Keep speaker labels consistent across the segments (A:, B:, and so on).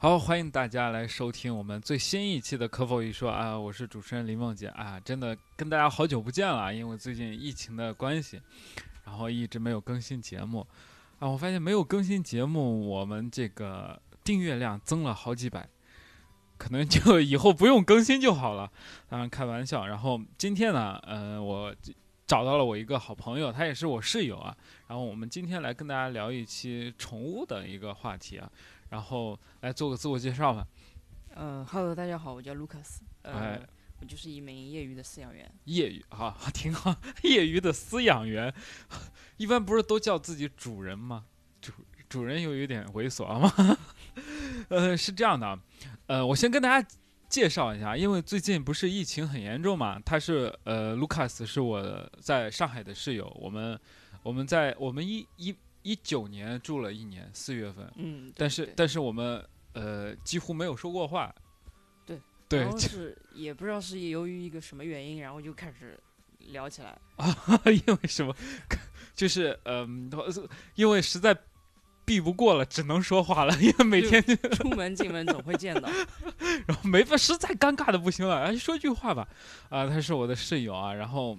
A: 好，欢迎大家来收听我们最新一期的《可否一说》啊，我是主持人林梦洁啊，真的跟大家好久不见了，啊因为最近疫情的关系，然后一直没有更新节目啊，我发现没有更新节目，我们这个订阅量增了好几百，可能就以后不用更新就好了，当然开玩笑。然后今天呢，呃，我找到了我一个好朋友，他也是我室友啊，然后我们今天来跟大家聊一期宠物的一个话题啊。然后来做个自我介绍吧。
B: 嗯哈喽，大家好，我叫卢卡斯，呃
A: 哎，
B: 我就是一名业余的饲养员。
A: 业余啊， 挺好。业余的饲养员，一般不是都叫自己主人吗？主主人又有点猥琐啊吗？ 呃，是这样的啊，呃，我先跟大家介绍一下，因为最近不是疫情很严重嘛，他是呃，卢卡斯是我在上海的室友，我们我们在我们一一一九年住了一年，四月份，
B: 嗯，对
A: 但是
B: 对
A: 但是我们呃几乎没有说过话。
B: 对
A: 对
B: 然，后是也不知道是由于一个什么原因，然后就开始聊起来。
A: 因为什么？就是嗯、呃，因为实在避不过了，只能说话了， 因为每天就
B: 出门进门总会见到，
A: 然后没法，实在尴尬的不行了，哎，说句话吧，啊、他是我的室友啊，然后，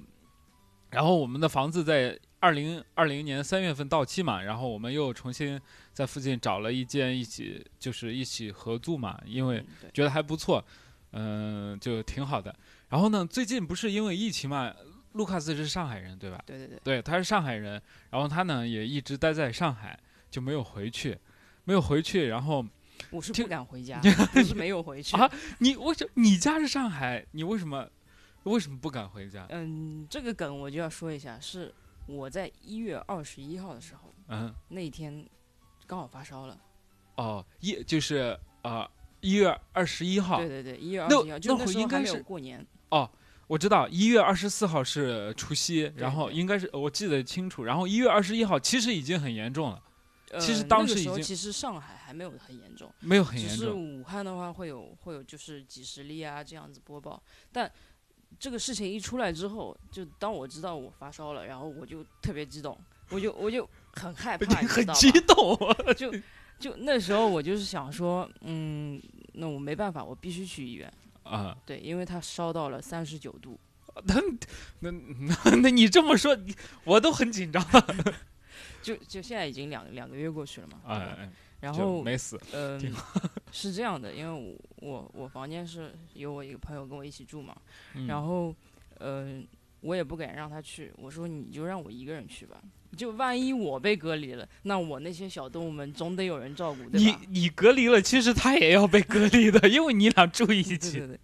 A: 然后我们的房子在二零二零年三月份到期嘛，然后我们又重新在附近找了一间一起就是一起合租嘛，因为
B: 嗯对，
A: 觉得还不错，嗯、就挺好的。然后呢，最近不是因为疫情嘛，卢卡斯是上海人对吧？
B: 对对对，
A: 对，他是上海人，然后他呢也一直待在上海，就没有回去，没有回去。然后
B: 我是
A: 听
B: 不敢 回家，不是没有回去。
A: 啊你为什你家是上海，你为什么为什么不敢回家？
B: 嗯，这个梗我就要说一下，是我在一月二十一号的时候，
A: 嗯，
B: 那一天刚好发烧了。
A: 哦，一就是啊一、月二十一号
B: 对，对对，一月二
A: 那
B: 十一号，就
A: 那
B: 那
A: 会
B: 时候
A: 应该
B: 还没有
A: 是
B: 过年。
A: 我知道一月二十四号是除夕，然后
B: 对
A: 应该是我记得清楚，然后一月二十一号其实已经很严重了，其实
B: 呃
A: 当
B: 那个
A: 时已
B: 时候
A: 经
B: 其实上海还没有很严重。
A: 没有很
B: 只
A: 严
B: 是
A: 重。
B: 武汉的话会有会有就是几十例啊这样子播报，但这个事情一出来之后，就当我知道我发烧了，然后我就特别激动，我就我就很啊害怕，你知
A: 很
B: 道
A: 激
B: 吧？
A: 动，
B: 就就那时候我就是想说，嗯，那我没办法，我必须去医院，
A: 啊！
B: 对，因为他烧到了三十九度，
A: 那那 那那你这么说，你我都很紧张。
B: 就就现在已经两两个月过去了嘛，对吧
A: 哎，
B: 然
A: 就
B: 后
A: 没死。
B: 嗯
A: 挺，
B: 是这样的，因为我我我房间是有我一个朋友跟我一起住嘛，
A: 嗯
B: 然后，呃，我也不敢让他去，我说你就让我一个人去吧，就万一我被隔离了，那我那些小动物们总得有人照顾，对
A: 你
B: 吧？
A: 你隔离了，其实他也要被隔离的，因为你俩住一
B: 对
A: 起。
B: 对对。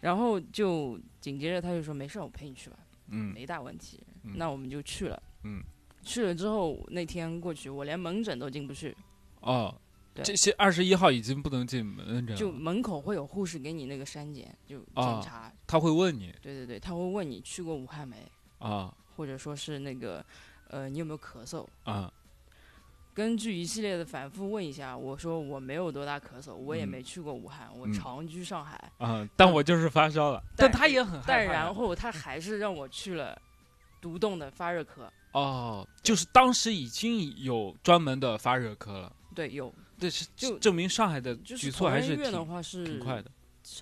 B: 然后就紧接着他就说没事儿，我陪你去吧，
A: 嗯
B: 没大问题。
A: 嗯
B: 那我们就去了。
A: 嗯。
B: 去了之后那天过去，我连门诊都进不去，
A: 哦，
B: 对
A: 这些二十一号已经不能进门诊
B: 就
A: 了，
B: 门口会有护士给你那个删检，就
A: 嗯啊
B: 检查。
A: 他会问你
B: 对对对，他会问你去过武汉没，
A: 啊
B: 或者说是那个，呃，你有没有咳嗽？
A: 啊
B: 根据一系列的反复问一下，我说我没有多大咳嗽，我也
A: 嗯
B: 没去过武汉，我
A: 嗯
B: 长居上海。
A: 啊！但我就是发烧了，但
B: 但
A: 他也很害怕。
B: 但然后他还是让我去了独栋的发热科，
A: 哦，就是当时已经有专门的发热科了，
B: 对，有
A: 对，是
B: 就
A: 证明上海的
B: 就是
A: 举措
B: 同
A: 还
B: 仁医
A: 是
B: 院的
A: 挺
B: 话是
A: 挺快的。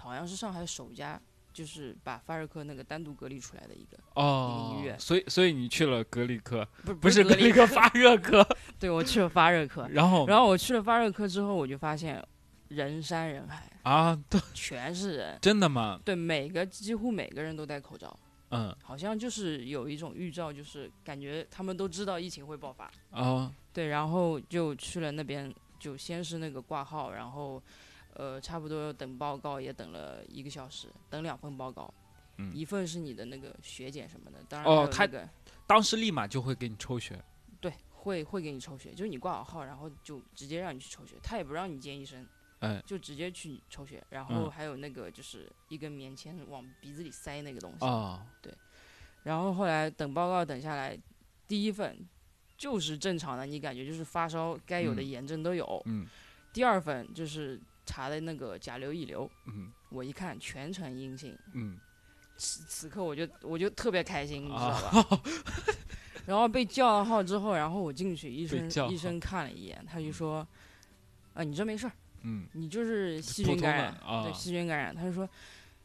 B: 好像是上海首家就是把发热科那个单独隔离出来的一个，
A: 哦
B: 医。院
A: 所以所以你去了隔离科，
B: 不
A: 不是
B: 隔
A: 隔哦
B: 离
A: 离科，发热科，
B: 对我去了发 热科，
A: 然后
B: 然后我去了发热科之后，我就发现人山人海，
A: 啊，都
B: 全是人，
A: 真的吗？
B: 对，每个几乎每个人都戴口罩。
A: 嗯
B: 好像就是有一种预兆，就是感觉他们都知道疫情会爆发，
A: 啊
B: 对，然后就去了那边，就先是那个挂号，然后，呃，差不多等报告也等了一个小时，等两份报告，
A: 嗯
B: 一份是你的那个血检什么的，当然
A: 哦他
B: 还有那个
A: 当时立马就会给你抽血。
B: 对会会给你抽血，就是你挂好号，然后就直接让你去抽血，他也不让你见医生，
A: 哎
B: 就直接去抽血，然后
A: 嗯
B: 还有那个就是一根棉签往鼻子里塞那个东西，
A: 哦，
B: 然后后来等报告等下来，第一份就是正常的，你感觉就是发烧该有的
A: 嗯
B: 炎症都有。
A: 嗯
B: 第二份就是查的那个甲流乙流，
A: 嗯
B: 我一看全程阴性，
A: 嗯，
B: 此此刻我就我就特别开心，你知道吧？
A: 啊，
B: 然后被叫了号之后，然后我进去，医
A: 被
B: 生
A: 叫号
B: 医生看了一眼，他就说：“啊，你这没事儿，
A: 嗯，
B: 你就是细
A: 普
B: 菌
A: 通
B: 感
A: 的
B: 染，
A: 啊
B: 对细菌感染。”他就说：“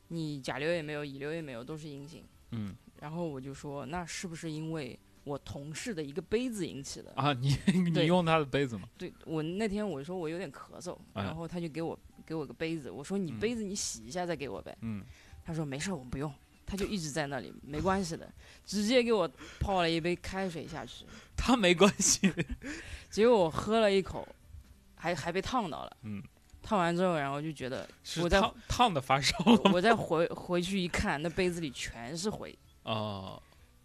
B: 你甲流也没有，乙流也没有，都是阴性。
A: 嗯”
B: 然后我就说：“那是不是因为我同事的一个杯子引起的？”
A: 啊，你 你
B: 对
A: 用他的杯子吗？
B: 对我那天我说我有点咳嗽，
A: 哎
B: 然后他就给我给我个杯子，我说你
A: 嗯
B: 杯子你洗一下再给我呗。
A: 嗯，
B: 他说没事儿，我不用。他就一直在那里，没关系的，直接给我泡了一杯开水下去，
A: 他没关 系。
B: 结果我喝了一口，还还被烫到了。
A: 嗯，
B: 烫完之后，然后就觉得
A: 是
B: 我在
A: 烫烫的发 烧了
B: 我我再回回去一看，那杯子里全是灰，
A: 哦，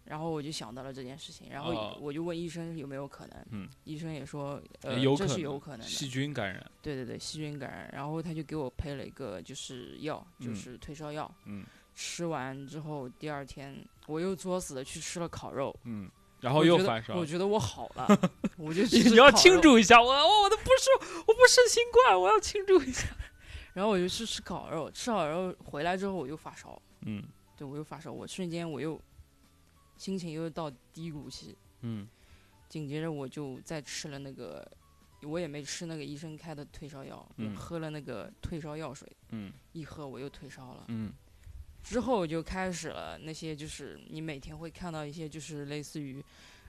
B: 然后我就想到了这件事情，然后
A: 哦
B: 我就问医生有没有可能，
A: 嗯哎
B: 医生也说呃
A: 有
B: 这
A: 可
B: 是
A: 能
B: 有可能的，
A: 细菌感染，
B: 对对对，细菌感染，然后他就给我配了一个就是药，就
A: 嗯
B: 是退烧药。
A: 嗯
B: 吃完之后，第二天我又作死的去吃了烤肉，
A: 嗯，然
B: 我
A: 后又
B: 觉得
A: 发烧
B: 我。觉得我好 了，我就去吃
A: 你要
B: 烤
A: 庆
B: 肉。
A: 祝一下，我我的不是我不是新冠，我要庆祝一下。
B: 然后我就去吃烤肉，吃好肉回来之后我又发烧，
A: 嗯
B: 对我又发烧，我瞬间我又心情又到低谷期，
A: 嗯
B: 紧接着我就再吃了那个，我也没吃那个医生开的退烧药，
A: 嗯
B: 我喝了那个退烧药水，
A: 嗯
B: 一喝我又退烧了。
A: 嗯
B: 之后就开始了那些，就是你每天会看到一些，就是类似于，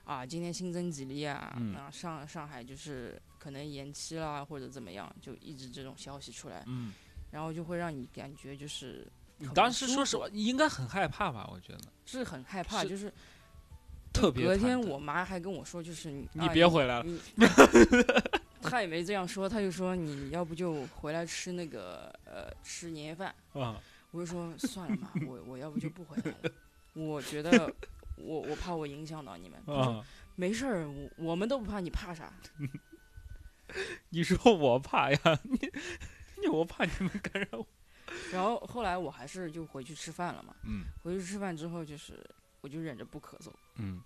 B: 啊，今天新增几例啊，
A: 嗯
B: 啊，上上海就是可能延期啦，或者怎么样，就一直这种消息出来，
A: 嗯。
B: 然后就会让你感觉就是
A: 你
B: 很
A: 当
B: 不
A: 时
B: 舒
A: 说实
B: 服
A: 话，你应该很害怕吧？我觉得
B: 是很害怕，
A: 是
B: 就是
A: 特别
B: 隔
A: 忐
B: 天
A: 忑
B: 我妈还跟我说，就是你
A: 你
B: 啊
A: 别回来了。
B: 你，她也没这样说，她就说你要不就回来吃那个呃吃年夜饭，
A: 啊，
B: 我就说算了嘛，我我要不就不回来了，我觉得我我怕我影响到你们。他说
A: 啊！
B: 没事儿，我我们都不怕，你怕啥？
A: 你说我怕呀？ 你你我怕你们感染我。
B: 然后后来我还是就回去吃饭了嘛，
A: 嗯
B: 回去吃饭之后就是。我就忍着 不咳嗽，
A: 嗯，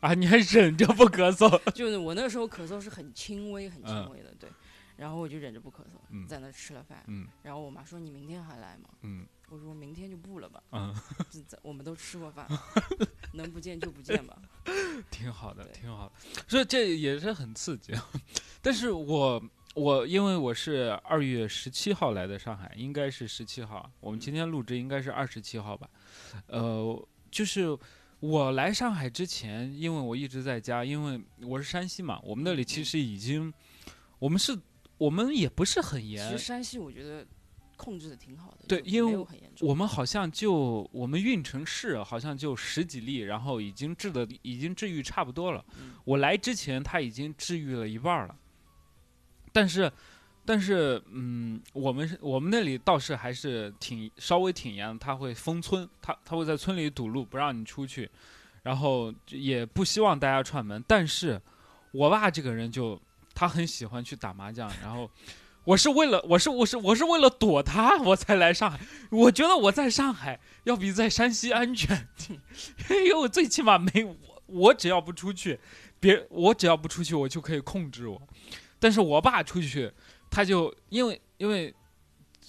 A: 啊，你还忍着不咳嗽？
B: 就是我那时候咳嗽是很轻微、很
A: 嗯
B: 轻微的，对。然后我就忍着不咳嗽，
A: 嗯
B: 在那吃了饭。
A: 嗯
B: 然后我妈说：“你明天还来吗
A: 嗯？”
B: 我说：“明天就不了吧，
A: 嗯，
B: 这这我们都吃 过饭，能不见就不见吧。
A: 挺好的，
B: 对
A: 挺好的。所以这也是很刺激。 但是我我因为我是二月十七号来的上海，应该是十七号啊。我们今
B: 嗯
A: 天录制应该是二十七号吧？呃，就是。我来上海之前，因为我一直在家，因为我是山西嘛，我们那里
B: 嗯
A: 其实已经，我们是，我们也不是很”
B: 其
A: 严，
B: 实山西我觉得控制的挺好的，
A: 对
B: 就
A: 因为
B: 没有很严重。
A: 我们好像就我们运城市好像就十几例，然后已经治的已经治愈差不多了。
B: 嗯
A: 我来之前他已经治愈了一半儿了，但是但是嗯，我们是我们那里倒是还是挺稍微挺严的，他会封村，他他会在村里堵路不让你出去，然后也不希望大家串门。但是我爸这个人就他很喜欢去打麻将，然后。我是为了，我是我是我是为了躲他， 我才来上海。我觉得我在上海要比在山西安全， 因为我最起码没我，我只要不出去，别我只要不出去，我就可以控制我。但是我爸出去，他就因为因为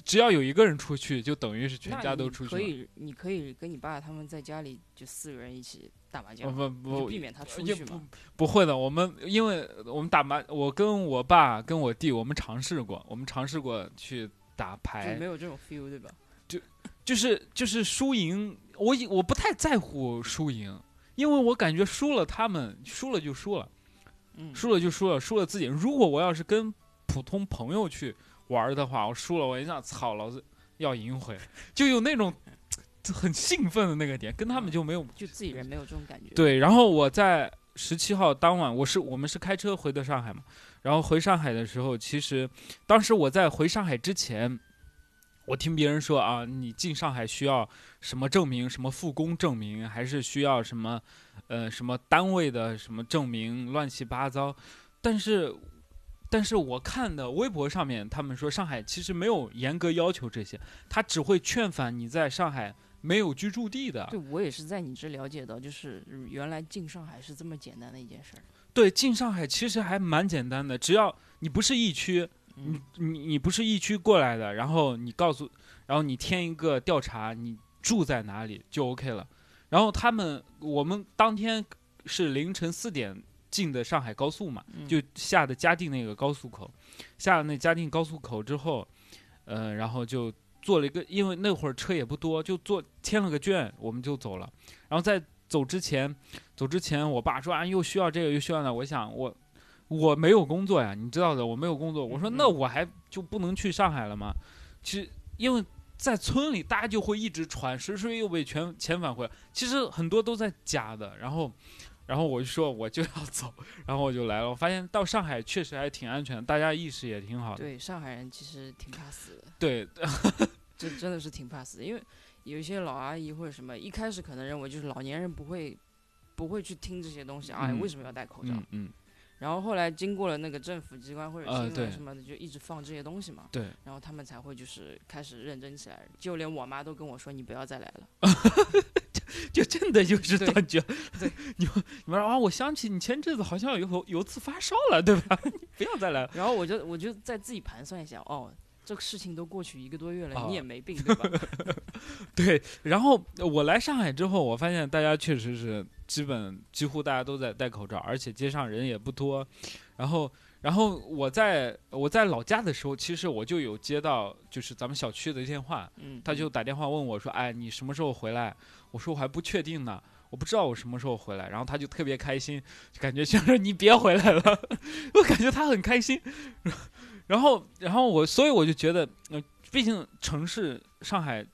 A: 只要有一个人出去，就等于是全
B: 那
A: 家都
B: 你
A: 出去
B: 可
A: 了。
B: 以，你可以跟你爸他们在家里就四个人一起打麻
A: 呃
B: 将，
A: 不
B: 就
A: 不
B: 避免他出
A: 也
B: 去
A: 不
B: 嘛。
A: 不会的，我们因为我们打麻，我跟我爸跟我弟，我们尝试过，我们尝试过去打牌
B: 就没，有这种 feel 对吧？
A: 就是就是输赢，我以我不太在乎输赢，因为我感觉输了他们输了就输了，
B: 嗯，
A: 输了就输了，输了自己。如果我要是跟普通朋友去玩儿的话，我输了我一想，操，老子要赢回，就有那种很兴奋的那个点，跟他们就没有
B: 就自己人没有这种感觉。，
A: 对，然后我在十七号当晚，我是我们是开车回的上海嘛，然后回上海的时候，其实当时我在回上海之前，我听别人说啊，你进上海需要什么证明，什么复工证明，还是需要什么呃什么单位的什么证明，乱七八糟。但是，但是我看的微博上面，他们说上海其实没有严格要求这些，他只会劝返你在上海没有居住地的。
B: 对我也是在你这了解到，就是原来进上海是这么简单的一件事儿。
A: 对，进上海其实还蛮简单的，只要你不是疫区，你
B: 嗯，
A: 你你不是疫区过来的，然后你告诉，然后你填一个调查，你住在哪里就 OK 了。然后他们我们当天是凌晨四点进的上海高速嘛，
B: 嗯
A: 就下的嘉定那个高速口，下了那嘉定高速口之后，呃，然后就做了一个，因为那会儿车也不多，就做签了个卷，我们就走了。然后在走之前，走之前，我爸说啊，又需要这个又需要那，我想我。我没有工作呀，你知道的，我没有工作。我说
B: 嗯嗯
A: 那我还就不能去上海了吗？其实因为在村里，大家就会一直传谁谁又被遣遣返回来，其实很多都在假的。然后，然后我就说我就要走， 然后我就来了。我发现到上海确实还挺安全，大家意识也挺好的。
B: 对，上海人其实挺怕死的，
A: 对，
B: 这真的是挺怕死的，因为有一些老阿姨或者什么，一开始可能认为就是老年人不会不会去听这些东西啊，
A: 嗯
B: 为什么要戴口罩？
A: 嗯嗯，
B: 然后后来经过了那个政府机关或者
A: 呃
B: 新
A: 对
B: 闻什么的，就一直放这些东西嘛，
A: 对，
B: 然后他们才会就是开始认真起来。就连我妈都跟我说：“你不要再来了。
A: 就真的就是
B: 对
A: 断绝。
B: 对，
A: 你们你们说啊，我想起你前阵子好像有有次发烧了，对吧？ 你不要再来了”。
B: 然后我就我就再自己盘算一下，哦，这个事情都过去一个多月了，
A: 哦
B: 你也没病 对吧？
A: 对，然后我来上海之后，我发现大家确实是基本几乎大家都在戴口罩，而且街上人也不多。然后，然后我在我在老家的时候，其实我就有接到就是咱们小区的电话，
B: 嗯，
A: 他就打电话问我说：“哎，你什么时候回来？”我说：“我还不确定呢，我不知道我什么时候回来。”然后他就特别开心，就感觉像是你别回来了， 我感觉他很开心。 然后，然后我，所以我就觉得，嗯、毕竟城市上海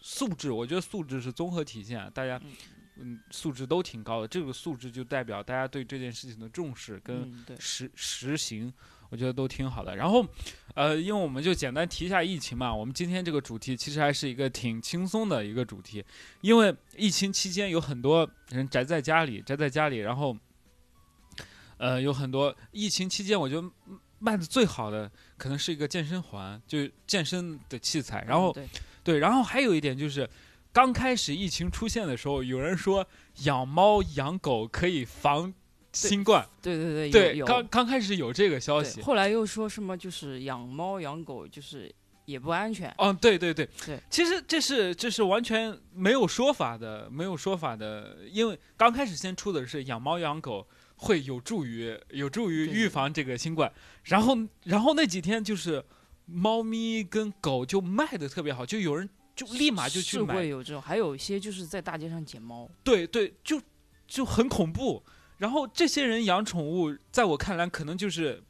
A: 素质，我觉得素质是综合体现，啊大家
B: 嗯
A: 嗯素质都挺高的。这个素质就代表大家对这件事情的重视跟
B: 嗯对，
A: 实实行，我觉得都挺好的。然后，呃，因为我们就简单提一下疫情嘛，我们今天这个主题其实还是一个挺轻松的一个主题，因为疫情期间有很多人宅在家里，宅在家里，然后，呃，有很多疫情期间，我觉得卖的最好的可能是一个健身环，就是健身的器材，然后
B: 嗯对
A: 对，然后还有一点就是，刚开始疫情出现的时候，有人说养猫养狗可以防新冠，
B: 对对对，
A: 对，
B: 有
A: 刚
B: 有
A: 刚开始有这个消
B: 对
A: 息。
B: 后来又说什么就是养猫养狗就是也不安全，
A: 嗯，对对对
B: 对，
A: 其实这是这是完全没有说法的，没有说法的，因为刚开始先出的是养猫养狗会有助于有助于
B: 对
A: 预防这个新冠，然后然后那几天就是猫咪跟狗就卖的特别好，就有人就立马就去
B: 是会
A: 买，
B: 有这种，还有一些就是在大街上捡猫，
A: 对对，就就很恐怖。然后这些人养宠物，在我看来可能就是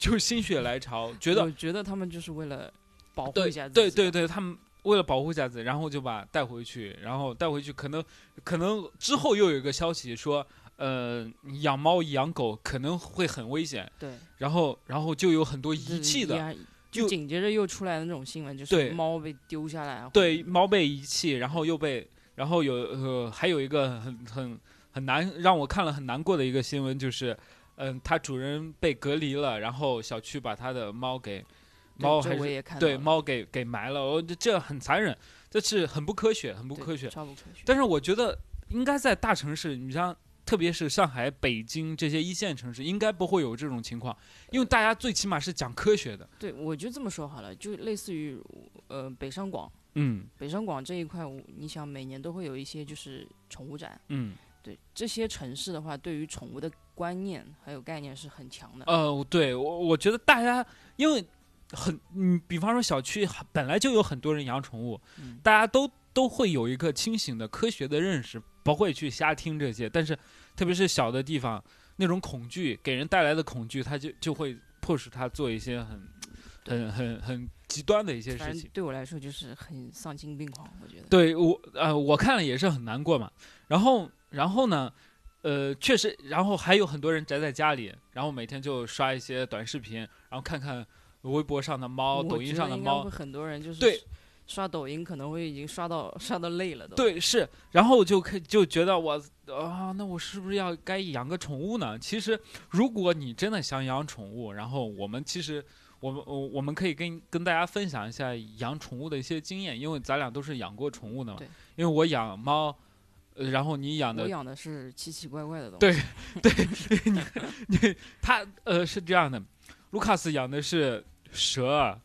A: 就心血来潮，觉得
B: 我觉得他们就是为了保护
A: 对
B: 一下自己
A: 对
B: 啊吧，
A: 对对，他们为了保护一下子，然后就把带回去，然后带回去，可能可能之后又有一个消息说，呃，养猫养狗可能会很危险，
B: 对，
A: 然后然后就有很多
B: 就是
A: 遗弃
B: 一
A: 的，
B: 样。
A: 又
B: 就紧接着又出来的那种新闻，就
A: 对
B: 是猫被丢下来，啊
A: 对，，猫被遗弃，然后又被，然后有呃，还有一个很很很难让我看了很难过的一个新闻就是。嗯，它主人被隔离了，然后小区把它的猫给
B: 对
A: 猫
B: 这
A: 还
B: 我
A: 是
B: 也看到
A: 对
B: 了
A: 猫给给埋了，哦我、这这很残忍，这是很不科学，很不
B: 对
A: 科学。
B: 超不科学。
A: 但是我觉得应该在大城市，你像特别是上海、北京这些一线城市，应该不会有这种情况，因为大家最起码是讲科学的。
B: 对，我就这么说好了，就类似于呃北上广，
A: 嗯
B: 北上广这一块，我你想每年都会有一些就是宠物展，
A: 嗯，
B: 对这些城市的话，对于宠物的观念还有概念是很强的。
A: 呃，对我我觉得大家因为很，嗯，比方说小区本来就有很多人养宠物，
B: 嗯，
A: 大家都都会有一个清醒的科学的认识，不会去瞎听这些。但是特别是小的地方，那种恐惧给人带来的恐惧，他就就会迫使他做一些很很很很极端的一些
B: 反
A: 事情
B: 正。对我来说就是很丧心病狂，我觉得。
A: 对我呃，我看了也是很难过嘛。然后然后呢，呃，确实，然后还有很多人宅在家里，然后每天就刷一些短视频，然后看看微博上的猫、
B: 我
A: 抖音
B: 觉
A: 上
B: 得
A: 的
B: 应该
A: 猫
B: 会，很多人就是
A: 对
B: 刷抖音可能会已经刷到刷到累了都。
A: 对是。然后就可就觉得我啊，那我是不是要该养个宠物呢？其实，如果你真的想养宠物，然后我们其实。我们我我们可以跟跟大家分享一下养宠物的一些经验，因为咱俩都是养过宠物的嘛
B: 对。
A: 因为我养猫，呃然后你养的
B: 我养的是奇奇怪怪的东西。
A: 对他呃是这样的，卢卡斯养的是蛇，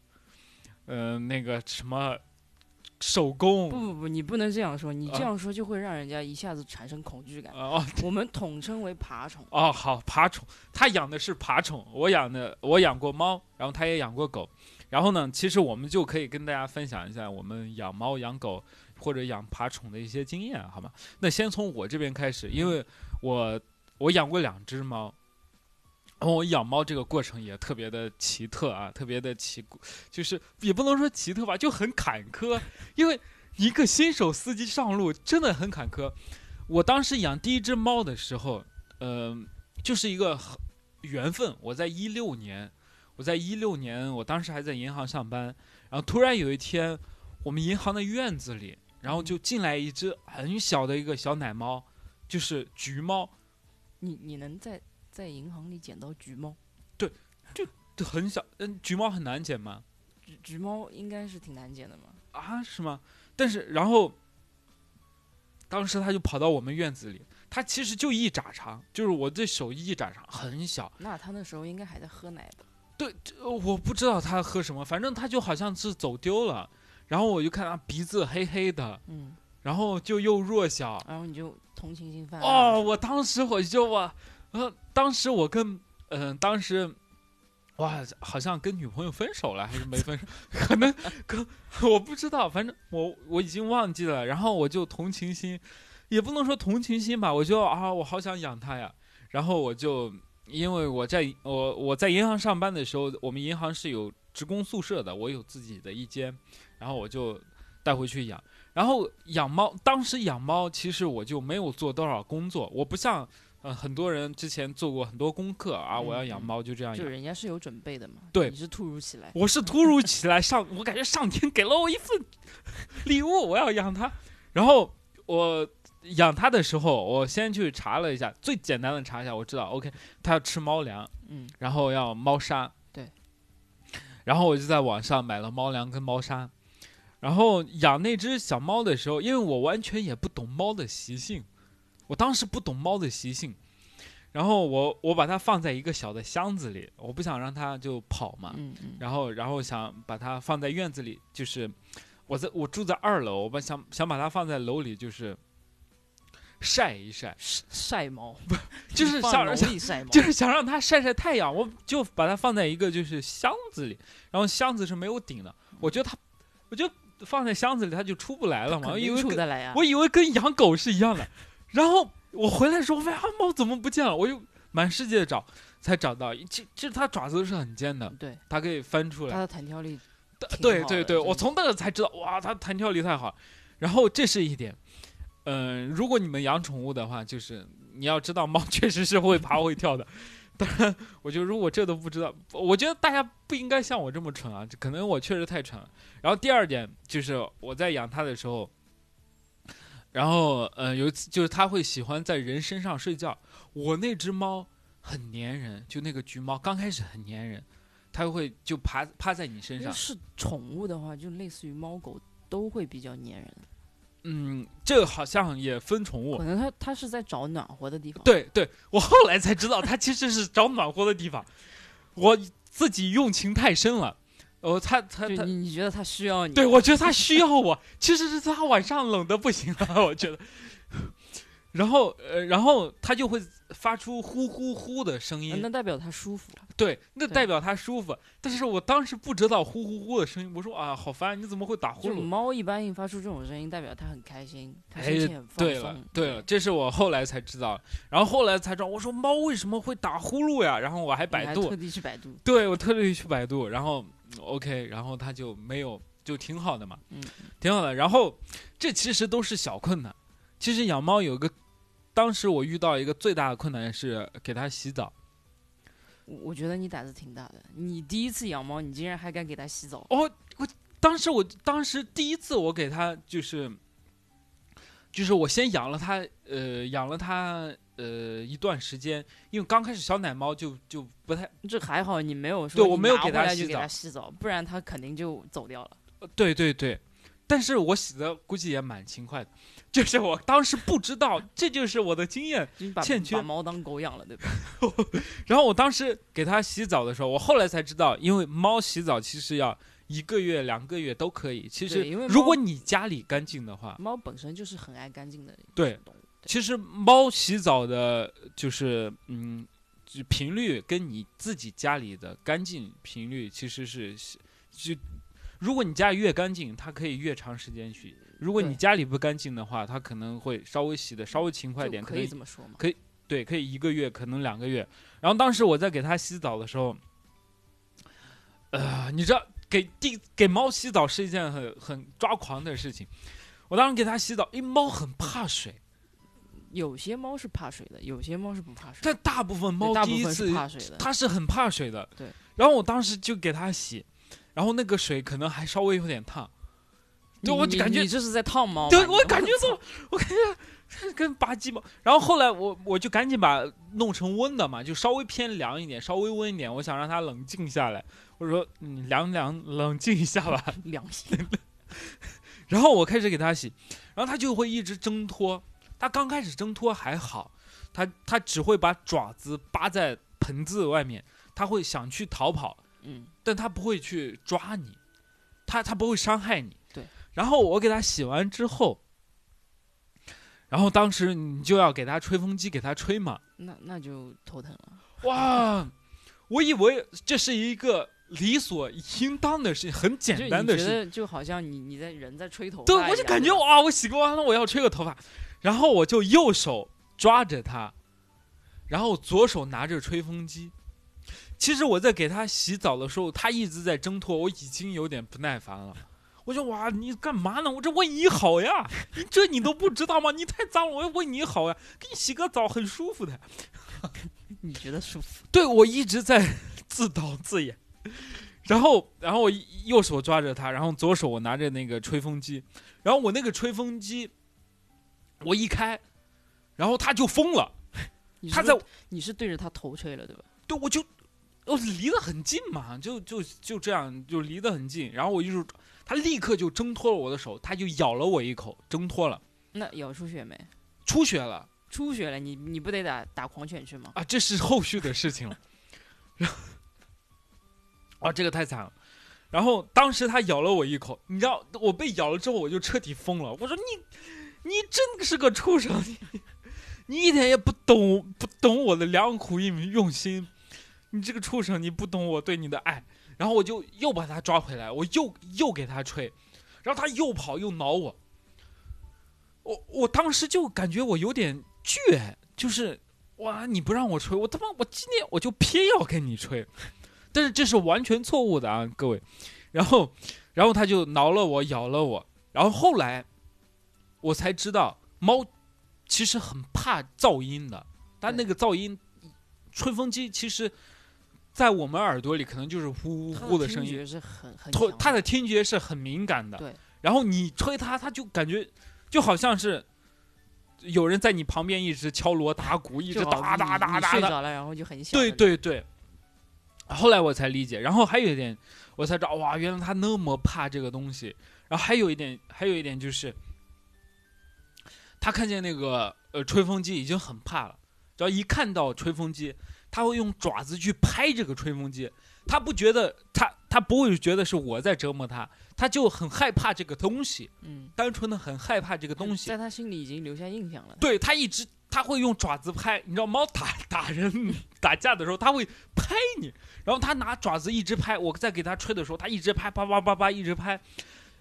A: 呃那个什么手
B: 不
A: 工
B: 不不，你不能这样说，你
A: 啊
B: 这样说就会让人家一下子产生恐惧感。
A: 哦
B: 我们统称为爬虫。
A: 哦，好，爬宠，他养的是爬宠，我养的我养过猫，然后他也养过狗，然后呢，其实我们就可以跟大家分享一下我们养猫、养狗或者养爬宠的一些经验，好吗？那先从我这边开始，因为我我养过两只猫。然后我养猫这个过程也特别的奇特啊，特别的奇，就是也不能说奇特吧，就很坎坷。因为一个新手司机上路真的很坎坷。我当时养第一只猫的时候，呃，就是一个很缘分。我在一六年，我在一六年，我当时还在银行上班，然后突然有一天，我们银行的院子里，然后就进来一只很小的一个小奶猫，就是橘猫，
B: 你你能在在银行里捡到橘猫？
A: 很小。嗯，橘猫很难捡吗？
B: 橘橘猫应该是挺难捡的嘛。
A: 啊，是吗？但是然后，当时它就跑到我们院子里，它其实就一拃长，就是我这手一拃长，很小。
B: 那他那时候应该还在喝奶吧？
A: 呃我不知道他喝什么，反正他就好像是走丢了。然后我就看他鼻子黑黑的，
B: 嗯，
A: 然后就又弱小。
B: 然后你就同情心泛滥了。
A: 哦，我当时我就哇，呃，当时我跟嗯、呃当时哇，好像跟女朋友分手了还是没分手， 可能可我不知道，反正我我已经忘记了。然后我就同情心，也不能说同情心吧，我就啊，我好想养它呀。然后我就因为我在我我在银行上班的时候，我们银行是有职工宿舍的，我有自己的一间，然后我就带回去养。然后养猫，当时养猫其实我就没有做多少工作，我不像呃很多人之前做过很多功课啊，我要养
B: 嗯嗯
A: 猫就这样
B: 就
A: 养。
B: 人家是有准备的嘛。
A: 对啊
B: 你是突如其来。
A: 我是突如其来上，我感觉上天给了我一份礼物，我要养它。然后我养它的时候，我先去查了一下，最简单的查一下，我知道，OK，它要吃猫粮，
B: 嗯，
A: 然后要猫砂。
B: 对。
A: 然后我就在网上买了猫粮跟猫砂，然后养那只小猫的时候，因为我完全也不懂猫的习性，我当时不懂猫的习性，然后我我把它放在一个小的箱子里，我不想让它就跑嘛，
B: 嗯嗯。
A: 然后然后想把它放在院子里，就是我在我住在二楼，我把想想把它放在楼里，就是晒一 晒，
B: 晒晒猫，
A: 就是
B: 放
A: 像
B: 笼
A: 像
B: 里晒猫，
A: 就是想让它晒晒太阳，我就把它放在一个就是箱子里，然后箱子是没有顶的，我觉得它，我就放在箱子里它就出不来了嘛，
B: 肯
A: 我以
B: 定
A: 为
B: 出
A: 跟
B: 得来啊。
A: 我以为跟养狗是一样 的，然后我回来的时候，发现啊猫怎么不见了，我又满世界找，才找到，其其实它爪子是很尖的，
B: 对，
A: 它可以翻出来
B: 它。的弹跳力挺
A: 对
B: 好
A: 对对，
B: 的真
A: 我
B: 的
A: 从那个才知道，哇，它弹跳力太好。然后这是一点，嗯、如果你们养宠物的话，就是你要知道猫 确实是会爬会跳的。当然，我觉得如果这都不知道，我觉得大家不应该像我这么蠢啊，可能我确实太蠢了。然后第二点就是我在养它的时候，然后呃有一次就是它会喜欢在人身上睡觉，我那只猫很粘人，就那个橘猫刚开始很粘人，它会就爬趴在你身
B: 因
A: 上
B: 为。是宠物的话，就类似于猫狗都会比较粘人，
A: 嗯，这个好像也分宠物
B: 可。能它它是在找暖和的地方。，
A: 对对，我后来才知道，它其实是找暖和的地方。我自己用情太深了，哦，它它
B: 就
A: 它，
B: 你你觉得它需要你，
A: 对我觉得它需要我，其实是它晚上冷的不行了，我觉得。然后呃，然后它就会发出呼呼呼的声
B: 呃
A: 音
B: 那，代表它舒服。
A: 对，那
B: 对
A: 代表它舒服。但是我当时不知道呼呼呼的声音，我说啊，好烦，你怎么会打呼
B: 就
A: 噜？
B: 猫一般一发出这种声音，代表它很开心，它
A: 哎
B: 心情很放松。
A: 对了，对了，，这是我后来才知道，然后后来才知道，我说猫为什么会打呼噜呀？然后我还
B: 你
A: 百
B: 还
A: 度
B: 特，地去百度，
A: 对我特地去百度，然后嗯 OK，然后它就没有，就挺好的嘛，
B: 嗯，
A: 挺好的。然后这其实都是小困难，其实养猫有一个，当时我遇到一个最大的困难是给它洗澡。
B: 我我觉得你胆子挺大的，你第一次养猫，你竟然还敢给它洗澡，
A: 哦，我当时我当时第一次我给它就是，就是我先养了它，呃，养了它呃一段时间，因为刚开始小奶猫就就不太，
B: 这还好你没有说
A: 对我
B: 你
A: 没有
B: 拿
A: 给
B: 回
A: 它
B: 来
A: 洗
B: 就给
A: 澡
B: 它洗澡，不然它肯定就走掉了。
A: 呃对对对，但是我洗的估计也蛮勤快的， 就是我当时不知道，这就是我的经验。
B: 就你把
A: 欠缺
B: 把猫当狗养了，对吧？
A: 然后我当时给它洗澡的时候，我后来才知道，因为猫洗澡其实要一个月、两个月都可以。其实
B: 对因为，
A: 如
B: 猫
A: 果你家里干净的话，
B: 猫本身就是很爱干净的
A: 对
B: 动物，对
A: 其实猫洗澡的，就是嗯，就频率跟你自己家里的干净频率其实是就，如果你家越干净，它可以越长时间洗；如果你
B: 对
A: 家里不干净的话，它可能会稍微洗的稍微勤快
B: 就
A: 点，可
B: 可以
A: 能
B: 这么说嘛。
A: 对，可以一个月，可能两个月。然后当时我在给它洗澡的时候，呃，你知道，给地给猫洗澡是一件很很抓狂的事情。我当时给它洗澡，因为猫很怕水，
B: 有些猫是怕水的，有些猫是不怕水的。
A: 但大部分
B: 对
A: 猫
B: 大
A: 第
B: 部
A: 一
B: 分
A: 次
B: 是怕水的，
A: 它是很怕水的。
B: 对。
A: 然后我当时就给它洗，然后那个水可能还稍微有点烫，对
B: 你
A: 我
B: 你
A: 感觉
B: 你这是在烫猫嘛。
A: 对
B: 哦你
A: 我
B: 知道
A: 感
B: 吗
A: 觉到， 我感觉跟拔鸡毛。然后后来我我就赶紧把弄成温的嘛，就稍微偏凉一点，稍微温一点。我想让它冷静下来，我说嗯凉凉冷静一下吧。
B: 良心。
A: 然后我开始给它洗，然后它就会一直挣脱。它刚开始挣脱还好，它它只会把爪子扒在盆子外面，它会想去逃跑，
B: 嗯，
A: 但它不会去抓你，它它不会伤害你。
B: 对。
A: 然后我给它洗完之后，然后当时你就要给它吹风机给它吹嘛，
B: 那那就头疼了。
A: 哇，我以为这是一个理所应当的事情，很
B: 就
A: 简单
B: 你
A: 的
B: 觉
A: 事情。
B: 得就好像你你在人在吹头发
A: 对，
B: 一
A: 我就
B: 样
A: 感觉哇，我洗过完了，我要吹个头发，然后我就右手抓着它，然后左手拿着吹风机。其实我在给它洗澡的时候，它一直在挣脱，我已经有点不耐烦了。我就哇，你干嘛呢？我这为你好呀，你这你都不知道吗？你太脏了，我要为你好呀，给你洗个澡很舒服的。
B: 你觉得舒服。
A: 对我一直在 自导自演，然后然后我一右手抓着它，然后左手我拿着那个吹风机，然后我那个吹风机我一开，然后它就疯了，
B: 你是
A: 它
B: 不
A: 在
B: 是你是对着他头吹了对吧？
A: 对我就我离得很近嘛，就就就这样就离得很近，然后我一手它立刻就挣脱了我的手，它就咬了我一口，挣脱了，
B: 那咬出血没？
A: 出血了。
B: 出血了，你你不得打打狂犬去吗？
A: 啊，这是后续的事情了。然后，啊，这个太惨了。然后当时它咬了我一口，你知道，我被咬了之后我就彻底疯了。我说你，你真是个畜生，你你一点也不懂不懂我的良苦用用心，你这个畜生，你不懂我对你的爱。然后我就又把它抓回来，我又又给它吹，然后它又跑又挠我。我我当时就感觉我有点倔，就是哇，你不让我吹，我他妈我今天我就偏要跟你吹，但是这是完全错误的啊，各位。然后，然后他就挠了我，咬了我，然后后来我才知道，猫其实很怕噪音的，但那
B: 对
A: 个噪音，吹风机其实，在我们耳朵里可能就是呼呼
B: 它
A: 呼的
B: 听
A: 声音，
B: 觉是很很
A: 头
B: 强
A: 它的听觉是很敏感的，
B: 对。
A: 然后你吹它，它就感觉就好像是有人在你旁边一直敲锣打鼓，一直
B: 就好
A: 哒
B: 你
A: 哒哒
B: 你
A: 哒
B: 睡
A: 哒。
B: 着了，然后就很响。
A: 对，对对。后来我才理解，然后还有一点，我才知道哇，原来它那么怕这个东西。然后还有一点，还有一点就是，它看见那个呃吹风机已经很怕了，只要一看到吹风机，它会用爪子去拍这个吹风机。它不觉得，它它不会觉得是我在折磨它，它就很害怕这个东西。
B: 嗯，
A: 单纯的很害怕这个东西。
B: 在他心里已经留下印象了。
A: 对它一直，它会用爪子拍，你知道猫打打人打架的时候，它会拍你，然后它拿爪子一直拍。我在给它吹的时候，它一直拍，叭叭叭叭一直拍。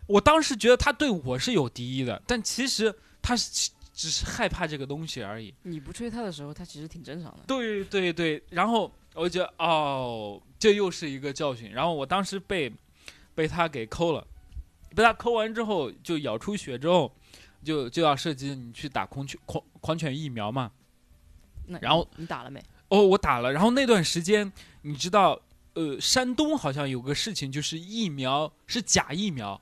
A: 我当时觉得它对我是有敌意的，但其实它是只是害怕这个东西而已。
B: 你不吹他的时候，他其实挺正常的。
A: 对对对，然后我就觉得哦，这又是一个教训。然后我当时被被他给抠了，被他抠完之后就咬出血之后，就就要涉及你去打狂犬狂狂犬疫苗嘛。
B: 那
A: 然后
B: 你打了没？
A: 哦，我打了。然后那段时间，你知道，呃，山东好像有个事情，就是疫苗是假疫苗，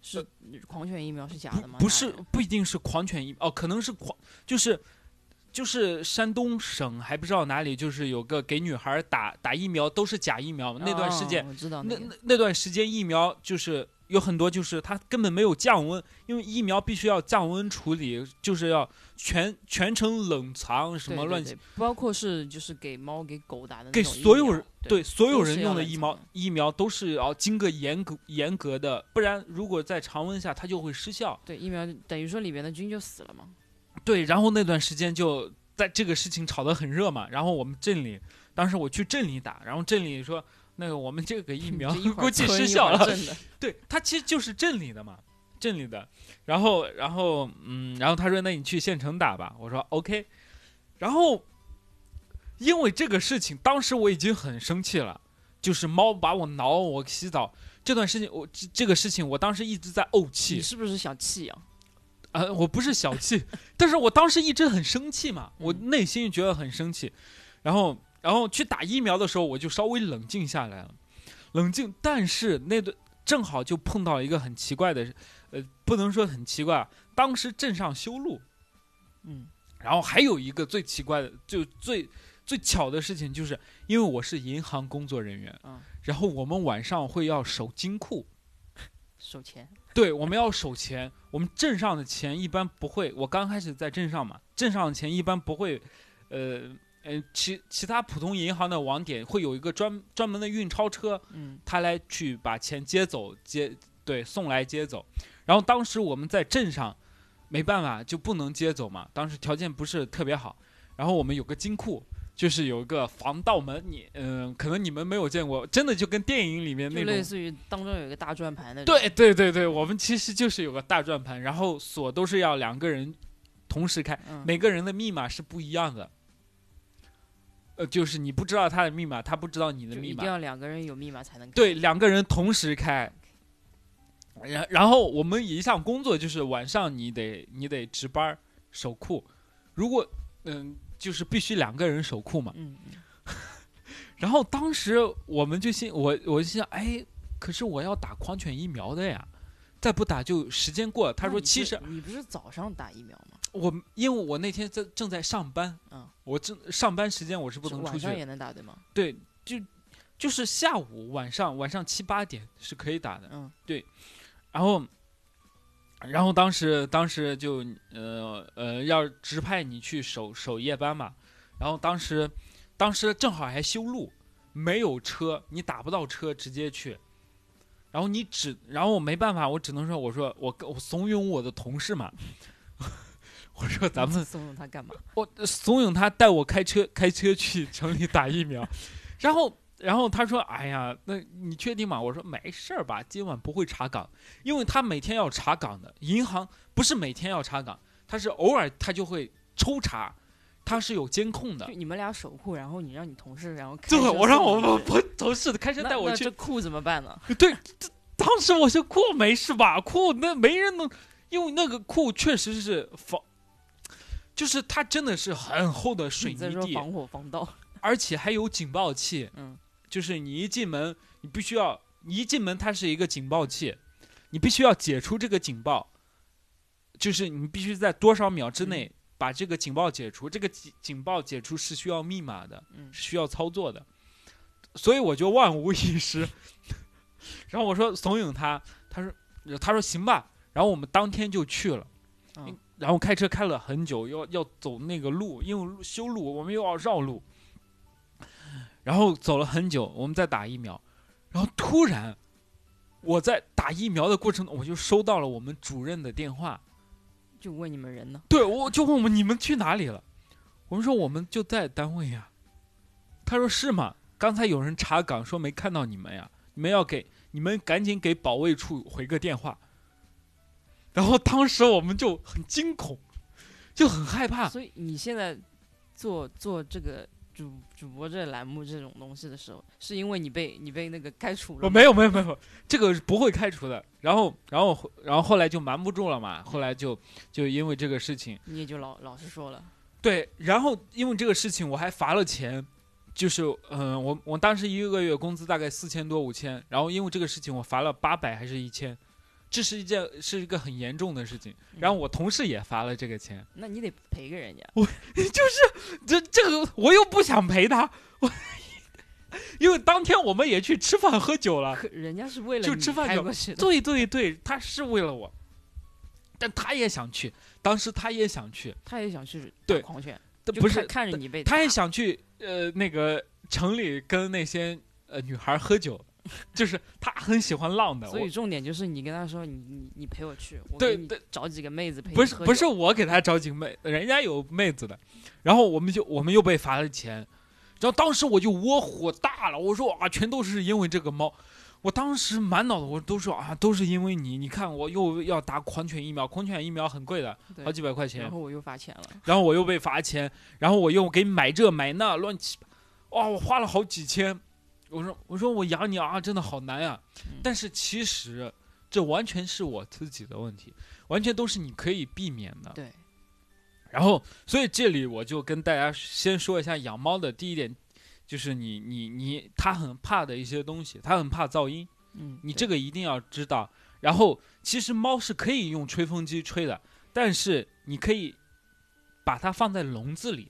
B: 是狂犬疫苗是假的吗？
A: 呃不不是
B: 打的
A: 不一定是狂犬疫哦，可能是狂就是。就是山东省还不知道哪里，就是有个给女孩打打疫苗都是假疫苗，那段时间
B: 哦我知道
A: 那
B: 个
A: 那那段时间疫苗就是有很多就是它根本没有降温，因为疫苗必须要降温处理，就是要全全程冷藏什
B: 对
A: 么
B: 对
A: 乱七
B: 对，包括是就是给猫给狗打的那
A: 给
B: 种疫
A: 所有
B: 苗
A: 人对所有
B: 都是
A: 人
B: 要
A: 用的
B: 冷
A: 疫
B: 藏
A: 苗
B: 的
A: 疫苗都是要经过严格严格的，不然如果在常温下它就会失效。
B: 对疫苗等于说里面的菌就死了嘛，
A: 对，然后那段时间就在这个事情炒得很热嘛，然后我们镇里当时我去镇里打，然后镇里说那个我们 这 个疫苗
B: 嗯这一会儿
A: 估计
B: 吞
A: 失
B: 一
A: 效
B: 会儿
A: 了，
B: 震的
A: 对，它其实就是镇里的嘛，镇里的。然后，然后，嗯，然后他说：“那你去县城打吧。”我说：“OK。”然后，因为这个事情，当时我已经很生气了，就是猫把我挠，我洗澡这段事情，我这这个事情，我当时一直在怄 气
B: 你，是不是啊想弃养？
A: 呃，我不是小气， 但是我当时一直很生气嘛，我
B: 嗯
A: 内心觉得很生气，然后然后去打疫苗的时候，我就稍微冷静下来了，冷静，但是那段正好就碰到一个很奇怪的，呃，不能说很奇怪啊，当时镇上修路，
B: 嗯，
A: 然后还有一个最奇怪的，就最最巧的事情，就是因为我是银行工作人员，
B: 啊
A: 然后我们晚上会要守金库，
B: 收钱，
A: 对，我们要守钱。我们镇上的钱一般不会，我刚开始在镇上嘛，镇上的钱一般不会，呃呃，其其他普通银行的网点会有一个专专门的运钞车，
B: 嗯，
A: 他来去把钱接走，接对送来接走。然后当时我们在镇上，没办法就不能接走嘛，当时条件不是特别好。然后我们有个金库，就是有一个防盗门，你嗯、可能你们没有见过，真的就跟电影里面
B: 就
A: 那种
B: 类似于当中有一个大转盘的，
A: 对对对对，我们其实就是有个大转盘，然后锁都是要两个人同时开，
B: 嗯，
A: 每个人的密码是不一样的。呃，就是你不知道他的密码，他不知道你的
B: 就
A: 密
B: 一
A: 码
B: 定，要两个人有密码才能开
A: 对，两个人同时开。然然后我们一项工作就是晚上你得你得值班儿守库，如果嗯就是必须两个人守库嘛。
B: 嗯，嗯
A: 然后当时我们就心我我就心想，哎，可是我要打狂犬疫苗的呀，再不打就时间过了。他
B: 那
A: 说
B: 你
A: 其
B: 是
A: 实
B: 你不是早上打疫苗吗？
A: 我因为我那天在正在上班，
B: 嗯
A: 我正上班时间我是不
B: 是
A: 能出
B: 晚上
A: 去，
B: 也能打对吗？
A: 对，就就是下午晚上晚上七八点是可以打的，
B: 嗯，
A: 然后，然后当时当时就呃呃要指派你去守守夜班嘛，然后当时当时正好还修路，没有车，你打不到车直接去，然后你只然后我没办法，我只能说我说我我怂恿我的同事嘛， 我说咱们
B: 怂恿他干嘛？
A: 我怂恿他带我开车开车去城里打疫苗， 然后然后他说：“哎呀，那你确定吗？”我说：“没事儿吧，今晚不会查岗，因为他每天要查岗的，银行不是每天要查岗，他是偶尔他就会抽查，他是有监控的
B: 就。你们俩守护，然后你让你同事，然后”开
A: 对，
B: 车
A: 我让
B: 送
A: 我
B: 你
A: 我
B: 去
A: 我 同事开车
B: 那
A: 带我
B: 那
A: 去
B: 这库怎么办呢？
A: 对，这当时我说库没事吧，库那没人能，因为那个库确实是防，就是它真的是很厚的水
B: 你
A: 泥
B: 在说
A: 地，
B: 防火防盗，
A: 而且还有警报器，
B: 嗯，
A: 就是你一进门，你必须要你一进门，它是一个警报器，你必须要解除这个警报，就是你必须在多少秒之内
B: 嗯
A: 把这个警报解除。这个警警报解除是需要密码的，
B: 嗯，
A: 是需要操作的，所以我就万无一失。 然后我说怂恿他，他说他说行吧，然后我们当天就去了。
B: 嗯
A: 然后开车开了很久，要要走那个路，因为路修路，我们又要绕路，然后走了很久，我们在打疫苗，然后突然我在打疫苗的过程中，我就收到了我们主任的电话，
B: 就问你们人呢？
A: 对我就问我们你们去哪里了，我们说我们就在单位呀，他说是吗？刚才有人查岗说没看到你们呀，你们要给你们赶紧给保卫处回个电话，然后当时我们就很惊恐，就很害怕，
B: 所以你现在做做这个主主播这栏目这种东西的时候，是因为你被你被那个开除了
A: 我哦
B: 吗？
A: 没有没有没有，这个是不会开除的。然后然后后然后后来就瞒不住了嘛，后来就就因为这个事情，
B: 你也就老老实说了，
A: 对，然后因为这个事情我还罚了钱，就是嗯、呃我我当时一个月工资大概四千多五千，然后因为这个事情我罚了八百还是一千，这是一件是一个很严重的事情。然后我同事也罚了这个钱，
B: 那你得赔给人家。
A: 这这个我又不想赔他， 因为当天我们也去吃饭喝酒了。
B: 可人家是为了
A: 啊就
B: 你
A: 吃饭
B: 开
A: 就
B: 过去的，
A: 对对对，他是为了我，但他也想去，当时他也想去，
B: 他也想去打
A: 对
B: 狂犬，
A: 但
B: 就
A: 不
B: 看
A: 是，
B: 看着你被
A: 他也
B: 打
A: 想去呃那个城里跟那些呃女孩喝酒，就是他很喜欢浪的。
B: 所以
A: 我
B: 重点就是你跟他说你你你陪我去，我
A: 对
B: 给你
A: 对
B: 找几个妹子陪你
A: 不是
B: 喝
A: 不
B: 酒
A: 是我给他找几个妹，人家有妹子的，然后我们就我们又被罚了钱，然后当时我就窝火大了，我说啊，全都是因为这个猫。我当时满脑子我都说啊，都是因为你，你看我又要打狂犬疫苗，狂犬疫苗很贵的，
B: 对
A: 好几百块钱
B: 然。后我又罚钱了，
A: 然后我又被罚钱，然后我又给买这买那，乱七八，哇，我花了好几千。我说我说我养你啊，真的好难呀、
B: 嗯
A: 但是其实这完全是我自己的问题，完全都是你可以避免的。
B: 对，
A: 然后，所以这里我就跟大家先说一下养猫的第一点，就是你你你，它很怕的一些东西，它很怕噪音。
B: 嗯，
A: 你
B: 对
A: 这个一定要知道。然后，其实猫是可以用吹风机吹的，但是你可以把它放在笼子里，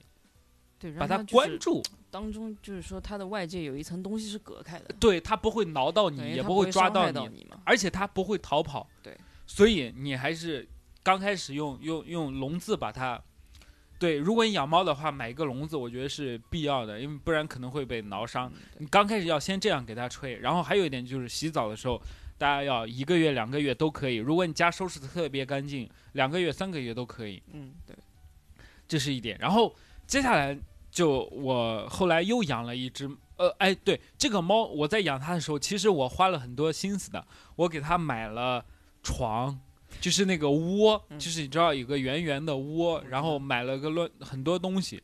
B: 对让
A: 把它
B: 它就是
A: 关住，
B: 当中就是说它的外界有一层东西是隔开的，
A: 对它不会挠到你，
B: 等于
A: 也
B: 它
A: 不
B: 会
A: 抓
B: 伤害
A: 到
B: 到
A: 你，
B: 你嘛。
A: 而且它不会逃跑。
B: 对，
A: 所以你还是刚开始用用用笼子把它。对，如果你养猫的话，买一个笼子，我觉得是必要的，因为不然可能会被挠伤。
B: 嗯对
A: 啊你刚开始要先这样给它吹，然后还有一点就是洗澡的时候，大家要一个月、两个月都可以。如果你家收拾的特别干净，两个月、三个月都可以，
B: 嗯，对，
A: 这是一点。然后接下来就我后来又养了一只，呃，哎，对，这个猫我在养它的时候，其实我花了很多心思的，我给它买了床。就是那个窝，
B: 嗯
A: 就是你知道有个圆圆的窝，
B: 知道
A: 然后买了个乱很多东西。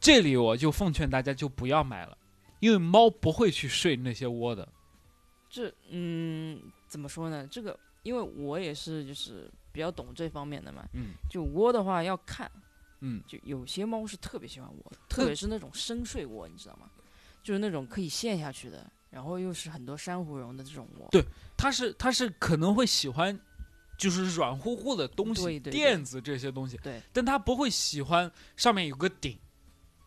A: 这里我就奉劝大家就不要买了，因为猫不会去睡那些窝的。
B: 这嗯怎么说呢？这个因为我也是就是比较懂这方面的嘛，
A: 嗯，
B: 就窝的话要看，
A: 嗯，
B: 就有些猫是特别喜欢窝的，特别是那种深睡窝，你知道吗？就是那种可以陷下去的，然后又是很多珊瑚绒的这种窝。
A: 对它是它是可能会喜欢，就是软乎乎的东西，
B: 对对对
A: 垫子这些东西，
B: 对，
A: 但它不会喜欢上面有个顶。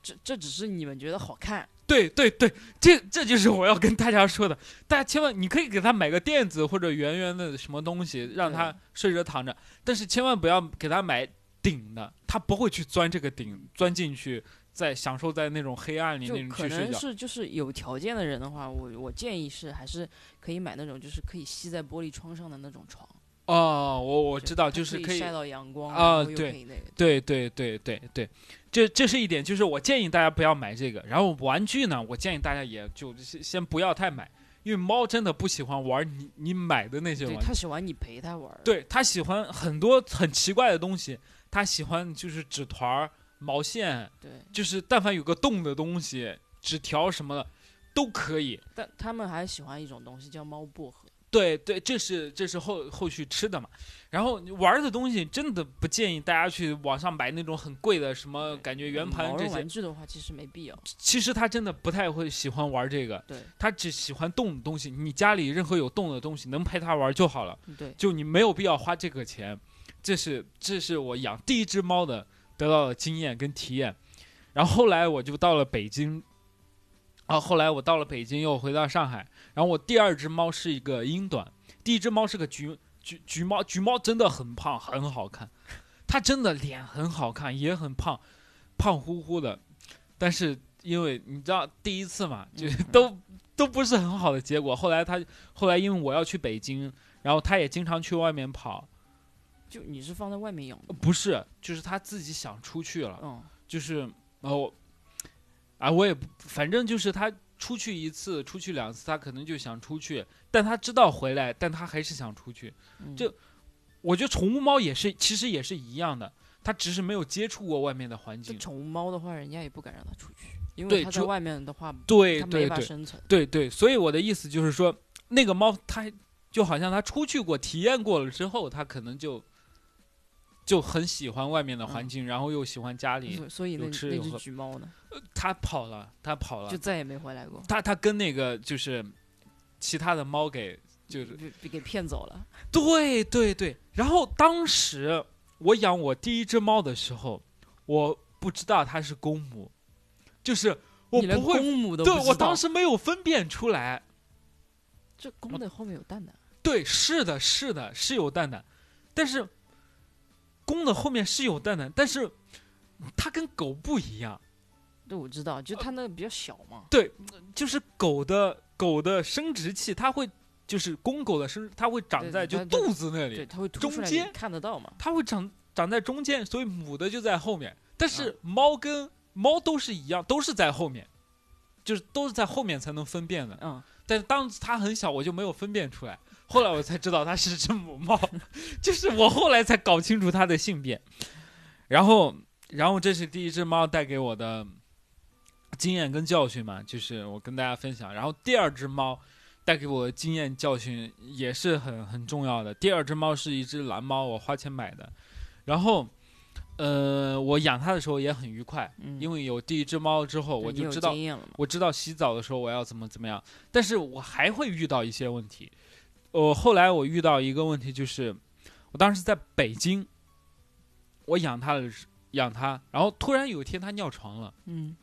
B: 这这只是你们觉得好看，
A: 对对对，这这就是我要跟大家说的。大家千万，你可以给它买个垫子或者圆圆的什么东西，让它
B: 对
A: 睡着躺着，但是千万不要给它买顶的，它不会去钻这个顶，钻进去，在享受在那种黑暗里
B: 就
A: 面
B: 可
A: 去睡
B: 能
A: 觉。
B: 是就是有条件的人的话，我我建议是还是可以买那种就是可以吸在玻璃窗上的那种床。
A: 哦，我我知道，
B: 它
A: 就是
B: 可
A: 可以
B: 晒到阳光
A: 啊
B: 然后又
A: 对
B: 可以那个。
A: 对对对对对，这这是一点，就是我建议大家不要买这个。然后玩具呢，我建议大家也就先先不要太买，因为猫真的不喜欢玩你你买的那些
B: 对，
A: 玩具，
B: 它喜欢你陪它玩儿。
A: 对它喜欢很多很奇怪的东西，它喜欢就是纸团儿、毛线，
B: 对，
A: 就是但凡有个洞的东西、纸条什么的都可以。
B: 但他们还喜欢一种东西叫猫薄荷。
A: 对对，这是这是后后续吃的嘛。然后玩儿的东西真的不建议大家去网上买那种很贵的，什么
B: 对
A: 感觉圆
B: 嗯毛
A: 盘这些
B: 绒玩。具的话，其实没必要。
A: 其实他真的不太会喜欢玩这个，
B: 对
A: 他只喜欢动的东西。你家里任何有动的东西，能陪他玩就好了，
B: 对，
A: 就你没有必要花这个钱。这是这是我养第一只猫的得到的经验跟体验。然后后来我就到了北京，啊，后来我到了北京又回到上海。然后我第二只猫是一个英短，第一只猫是个橘橘橘猫，橘猫真的很胖，很好看，它真的脸很好看，也很胖，胖乎乎的。但是因为你知道第一次嘛，就
B: 嗯
A: 是都、都不是很好的结果。后来它后来因为我要去北京，然后它也经常去外面跑，
B: 就你是放在外面养的吗。
A: 不是，就是它自己想出去了。
B: 嗯，
A: 就是哦，啊，我也不，反正就是他出去一次，出去两次，他可能就想出去，但他知道回来，但他还是想出去。
B: 嗯
A: 就我觉得宠物猫也是，其实也是一样的，它只是没有接触过外面的环
B: 这
A: 境。
B: 宠物猫的话，人家也不敢让它出去，因为
A: 对
B: 它在
A: 主
B: 外面的话，
A: 对
B: 它没
A: 对
B: 法
A: 对
B: 生存。
A: 对对，所以我的意思就是说，那个猫它就好像它出去过、体验过了之后，它可能就就很喜欢外面的环
B: 嗯
A: 境，然后又喜欢家里。
B: 所所以
A: 有
B: 那
A: 吃
B: 那
A: 有
B: 只
A: 喝
B: 橘猫呢，
A: 它跑了，它跑了
B: 就，再也没回来过，
A: 它它跟那个就是其他的猫给就是
B: 被被给骗走了。
A: 对对对。然后当时我养我第一只猫的时候，我不知道它是公母，就是我
B: 你连
A: 不会，
B: 公母都不
A: 对
B: 知道
A: 我当时没有分辨出来。
B: 这公的后面有蛋蛋，
A: 对，是的，是的，是有蛋蛋，但是公的后面是有蛋蛋，但是它跟狗不一样，
B: 对，我知道，
A: 呃
B: 就它那个比较小嘛，
A: 就是狗的狗的生殖器，它会就是公狗的生，它会长
B: 对
A: 在
B: 对
A: 就
B: 对
A: 肚子那
B: 对，
A: 里，
B: 它会凸出来，
A: 中
B: 你
A: 间
B: 看得到嘛。
A: 它会长长在中间，所以母的就在后面。但是猫跟猫都是一样，都是在后面，就是都是在后面才能分辨的。
B: 嗯，
A: 但是当时它很小，我就没有分辨出来。后来我才知道它是只母猫， 就是我后来才搞清楚它的性别。然后，然后这是第一只猫带给我的经验跟教训嘛，就是我跟大家分享。然后第二只猫带给我的经验教训也是很很重要的。第二只猫是一只蓝猫，我花钱买的。然后，呃，我养它的时候也很愉快，
B: 嗯
A: 因为有第一只猫之后，
B: 对
A: 我
B: 你
A: 就
B: 有
A: 知道
B: 经验了嘛。
A: 我知道洗澡的时候我要怎么怎么样，但是我还会遇到一些问题。我、后来我遇到一个问题，就是呃我当时在北京，我养它的时养它，然后突然有一天它尿床了，
B: 嗯，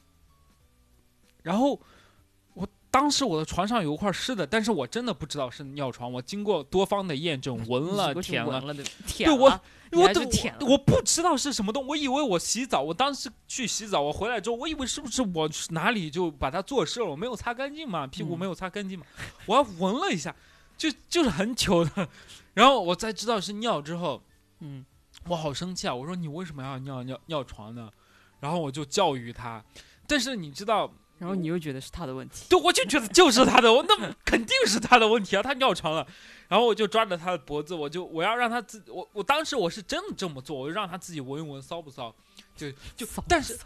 A: 然后我当时我的床上有一块湿的，但是我真的不知道是尿床，我经过多方的验证，闻了
B: 嗯你过去
A: 舔了
B: 闻，了的，舔
A: 我
B: 了啊你
A: 我
B: 还
A: 都
B: 去舔了
A: 我我不知道是什么东，我以为我洗澡，我当时去洗澡，我回来之后，我以为是不是我哪里就把它做湿了，我没有擦干净嘛，屁股
B: 嗯
A: 没有擦干净嘛，我还闻了一下，就就是很糗的，然后我才知道是尿之后，
B: 嗯，
A: 我好生气啊！我说你为什么要尿尿尿床呢？然后我就教育他，但是你知道，
B: 然后你又觉得是他的问题，
A: 对，我就觉得就是他的，我那肯定是他的问题啊，他尿床了。然后我就抓着他的脖子，我就我要让他自我，我当时我是真的这么做，我就让他自己闻一闻骚不骚，就就
B: 骚，
A: 但是